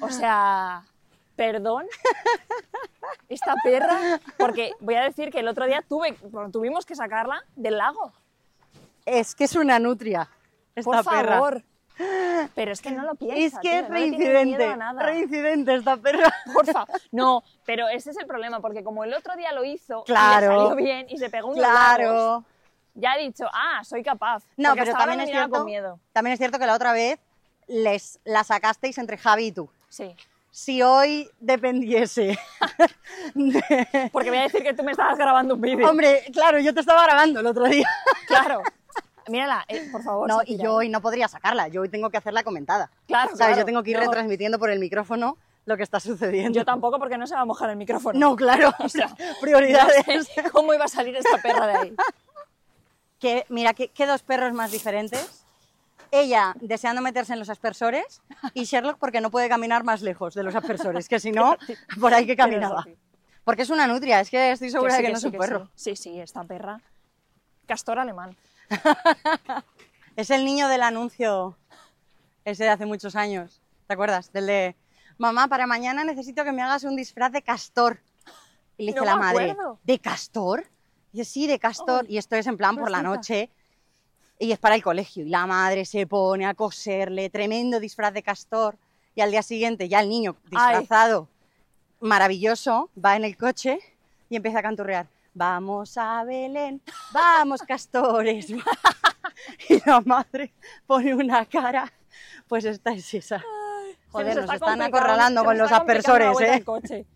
Speaker 1: O sea, perdón. Esta perra, porque voy a decir que el otro día tuve, bueno, tuvimos que sacarla del lago.
Speaker 2: Es que es una nutria, esta
Speaker 1: por
Speaker 2: perra.
Speaker 1: favor. Pero es que no lo piensa.
Speaker 2: es
Speaker 1: tío,
Speaker 2: que es
Speaker 1: no le tiene miedo
Speaker 2: reincidente,
Speaker 1: a nada.
Speaker 2: reincidente esta perra.
Speaker 1: Porfa. No, pero ese es el problema, porque como el otro día lo hizo, y le
Speaker 2: Claro.
Speaker 1: salió bien y se pegó un
Speaker 2: Claro.
Speaker 1: Ya he dicho, ah, soy capaz.
Speaker 2: No,
Speaker 1: Porque hasta
Speaker 2: pero
Speaker 1: ahora
Speaker 2: también
Speaker 1: me
Speaker 2: es,
Speaker 1: miraba
Speaker 2: cierto,
Speaker 1: con miedo.
Speaker 2: también es cierto que la otra vez les, la sacasteis entre Javi y tú.
Speaker 1: Sí.
Speaker 2: Si hoy dependiese. de-
Speaker 1: Porque voy a decir que tú me estabas grabando un vídeo.
Speaker 2: Hombre, claro, yo te estaba grabando el otro día.
Speaker 1: Claro. Mírala, eh, por favor.
Speaker 2: No,
Speaker 1: Sofía.
Speaker 2: y yo hoy no podría sacarla, yo hoy tengo que hacer la comentada.
Speaker 1: Claro,
Speaker 2: ¿Sabes?
Speaker 1: claro,
Speaker 2: Yo tengo que ir
Speaker 1: no.
Speaker 2: retransmitiendo por el micrófono lo que está sucediendo.
Speaker 1: Yo tampoco, porque no se va a mojar el micrófono.
Speaker 2: No, claro,
Speaker 1: O sea,
Speaker 2: prioridades.
Speaker 1: no sé ¿Cómo iba a salir esta perra de ahí?
Speaker 2: Que, mira, qué qué dos perros más diferentes. Ella deseando meterse en los aspersores y Sherlock porque no puede caminar más lejos de los aspersores, que si no, por ahí que
Speaker 1: Pero
Speaker 2: caminaba.
Speaker 1: Sofi, que
Speaker 2: Porque es una nutria, es que estoy segura
Speaker 1: sí,
Speaker 2: de que no
Speaker 1: sí,
Speaker 2: es un
Speaker 1: que
Speaker 2: perro.
Speaker 1: Sí. sí, sí, esta perra. Castor alemán.
Speaker 2: Es el niño del anuncio ese de hace muchos años, ¿te acuerdas? Del de, mamá, para mañana necesito que me hagas un disfraz de castor. Y le dice
Speaker 1: No
Speaker 2: la
Speaker 1: me
Speaker 2: madre,
Speaker 1: acuerdo.
Speaker 2: ¿de castor? Y yo, sí, de castor.
Speaker 1: Ay,
Speaker 2: y esto es en plan por la
Speaker 1: pobrecita.
Speaker 2: noche y es para el colegio. Y la madre se pone a coserle tremendo disfraz de castor. Y al día siguiente ya el niño
Speaker 1: Ay.
Speaker 2: disfrazado, maravilloso, va en el coche y empieza a canturrear. Vamos a Belén, vamos castores. y la madre pone una cara, pues esta es esa.
Speaker 1: Se
Speaker 2: Joder, nos,
Speaker 1: está
Speaker 2: están
Speaker 1: complicando-
Speaker 2: acorralando
Speaker 1: se
Speaker 2: con
Speaker 1: nos
Speaker 2: los
Speaker 1: está complicando la
Speaker 2: aspersores,
Speaker 1: vuelta al
Speaker 2: ¿eh?
Speaker 1: coche.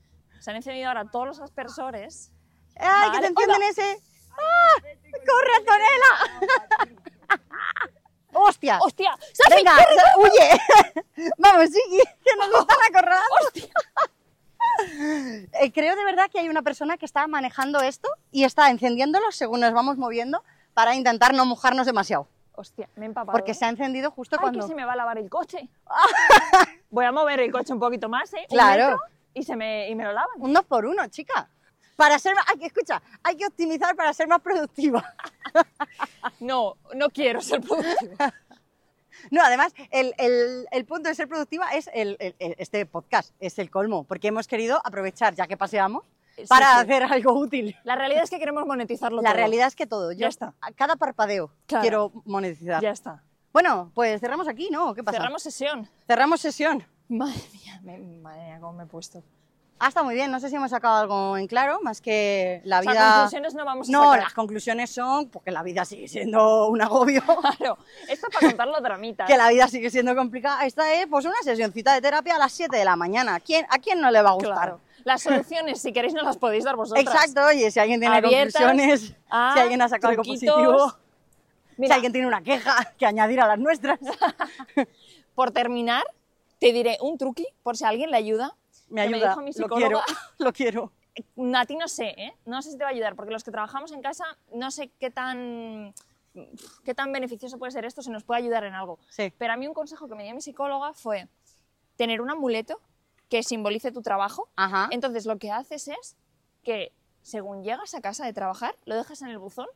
Speaker 1: Se han encendido ahora todos los aspersores.
Speaker 2: ¡Ay, que
Speaker 1: Vale.
Speaker 2: te encienden ese! ¡Ah! ¡Corre, Antonella! ¡Hostia!
Speaker 1: ¡Hostia! ¡Safi!
Speaker 2: ¡Venga! ¡Huye! Vamos, Siki, que nos están acorralando.
Speaker 1: ¡Hostia!
Speaker 2: Eh, creo de verdad que hay una persona que está manejando esto y está encendiéndolo según nos vamos moviendo para intentar no mojarnos demasiado.
Speaker 1: ¡Hostia! Me he empapado.
Speaker 2: Porque
Speaker 1: ¿eh?
Speaker 2: se ha encendido justo
Speaker 1: Ay,
Speaker 2: cuando...
Speaker 1: que se me va a lavar el coche. Voy a mover el coche un poquito más, ¿eh? Un
Speaker 2: Claro.
Speaker 1: metro y, se me, y me lo lavan.
Speaker 2: Un 2 por uno, chica. Para ser más... Ay, que escucha, hay que optimizar para ser más productiva.
Speaker 1: Ah, No, no quiero ser productiva.
Speaker 2: No, además, el, el- el punto de ser productiva es el- el- el- este podcast, es el colmo, porque hemos querido aprovechar, ya que paseamos,
Speaker 1: Sí,
Speaker 2: para
Speaker 1: sí.
Speaker 2: hacer algo útil.
Speaker 1: La realidad es que queremos monetizarlo
Speaker 2: La
Speaker 1: todo.
Speaker 2: realidad es que todo, yo
Speaker 1: Ya está.
Speaker 2: a cada parpadeo
Speaker 1: Claro.
Speaker 2: quiero monetizar.
Speaker 1: Ya está.
Speaker 2: Bueno, pues cerramos aquí, ¿no? ¿Qué pasa?
Speaker 1: Cerramos sesión.
Speaker 2: Cerramos sesión.
Speaker 1: Madre mía, me- madre mía, cómo me he puesto.
Speaker 2: Ah, está muy bien. No sé si hemos sacado algo en claro, más que la
Speaker 1: O sea,
Speaker 2: vida.
Speaker 1: conclusiones no vamos a
Speaker 2: No,
Speaker 1: sacar.
Speaker 2: las conclusiones son porque la vida sigue siendo un agobio,
Speaker 1: Claro, esto es para contarlo dramita.
Speaker 2: que la vida sigue siendo complicada. Esta es pues una sesioncita de terapia a las 7 de la mañana. ¿Quién, ¿A quién no le va a gustar?
Speaker 1: Claro. Las soluciones, si queréis, no las podéis dar vosotras.
Speaker 2: Exacto, oye, si alguien tiene
Speaker 1: Abiertas
Speaker 2: conclusiones,
Speaker 1: a
Speaker 2: si alguien ha sacado algo
Speaker 1: truquitos.
Speaker 2: positivo, si
Speaker 1: Mira,
Speaker 2: alguien tiene una queja que añadir a las nuestras,
Speaker 1: por terminar, te diré un truqui, por si a alguien le ayuda.
Speaker 2: me
Speaker 1: que
Speaker 2: ayuda,
Speaker 1: dijo mi
Speaker 2: lo quiero,
Speaker 1: psicóloga.
Speaker 2: lo quiero.
Speaker 1: A ti no sé, ¿eh? No sé si te va a ayudar, porque los que trabajamos en casa, no sé qué tan, qué tan beneficioso puede ser esto, si nos puede ayudar en algo.
Speaker 2: Sí.
Speaker 1: Pero a mí un consejo que me dio mi psicóloga fue tener un amuleto que simbolice tu trabajo.
Speaker 2: Ajá.
Speaker 1: Entonces lo que haces es que según llegas a casa de trabajar, lo dejas en el buzón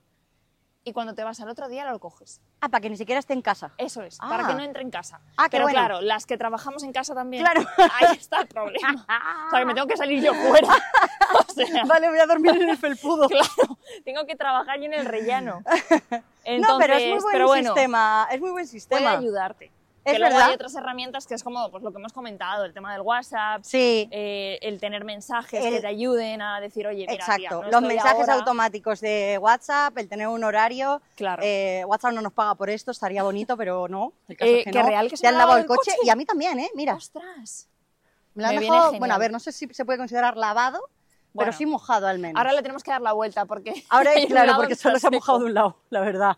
Speaker 1: y cuando te vas al otro día lo coges.
Speaker 2: Ah, para que ni siquiera esté en casa.
Speaker 1: Eso es,
Speaker 2: Ah.
Speaker 1: para que no entre en casa.
Speaker 2: Ah, qué
Speaker 1: Pero
Speaker 2: bueno.
Speaker 1: claro, las que trabajamos en casa también.
Speaker 2: Claro.
Speaker 1: Ahí está el problema. O sea, que me tengo que salir yo fuera. O sea,
Speaker 2: Vale, voy a dormir en el felpudo.
Speaker 1: claro, tengo que trabajar yo en el rellano.
Speaker 2: no, pero es muy
Speaker 1: Entonces,
Speaker 2: buen
Speaker 1: pero bueno,
Speaker 2: sistema. Es muy buen
Speaker 1: Puede
Speaker 2: sistema.
Speaker 1: ayudarte.
Speaker 2: Es
Speaker 1: que luego
Speaker 2: verdad.
Speaker 1: hay otras herramientas que es como pues, lo que hemos comentado, el tema del WhatsApp,
Speaker 2: Sí,
Speaker 1: eh, el tener mensajes
Speaker 2: El-
Speaker 1: que te ayuden a decir, oye, mira,
Speaker 2: exacto.
Speaker 1: tía, no
Speaker 2: Los
Speaker 1: estoy
Speaker 2: mensajes
Speaker 1: ahora.
Speaker 2: automáticos de WhatsApp, el tener un horario.
Speaker 1: Claro.
Speaker 2: Eh, WhatsApp no nos paga por esto, estaría bonito, pero no. El caso
Speaker 1: Eh,
Speaker 2: es que
Speaker 1: qué
Speaker 2: no.
Speaker 1: real que se
Speaker 2: Te
Speaker 1: me
Speaker 2: han
Speaker 1: ha lavado
Speaker 2: lavado
Speaker 1: el
Speaker 2: el coche.
Speaker 1: coche.
Speaker 2: y a mí también, ¿eh? Mira,
Speaker 1: ¡Ostras!
Speaker 2: me lo han
Speaker 1: me viene
Speaker 2: dejado.
Speaker 1: genial.
Speaker 2: Bueno, a ver, no sé si se puede considerar lavado,
Speaker 1: Bueno.
Speaker 2: pero sí mojado al menos.
Speaker 1: Ahora le tenemos que dar la vuelta porque.
Speaker 2: Ahora,
Speaker 1: hay un
Speaker 2: claro,
Speaker 1: lado
Speaker 2: porque
Speaker 1: que
Speaker 2: solo se
Speaker 1: está
Speaker 2: ha mojado de
Speaker 1: seco.
Speaker 2: un lado, la verdad.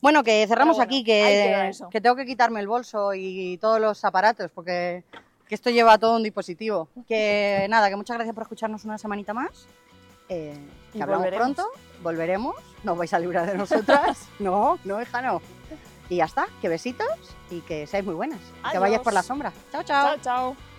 Speaker 2: Bueno, que cerramos
Speaker 1: Pero bueno,
Speaker 2: aquí,
Speaker 1: ahí
Speaker 2: que,
Speaker 1: queda eso.
Speaker 2: que tengo que quitarme el bolso y todos los aparatos, porque que esto lleva todo un dispositivo. Que nada, que muchas gracias por escucharnos una semanita más. Eh, que
Speaker 1: Y
Speaker 2: hablamos
Speaker 1: volveremos.
Speaker 2: pronto, volveremos, no os vais a librar de nosotras. no, no, hija, no. Y ya está, que besitos y que seáis muy buenas. Y Que vayas
Speaker 1: Adiós.
Speaker 2: por la sombra. Chao, chao.
Speaker 1: Chao, chao.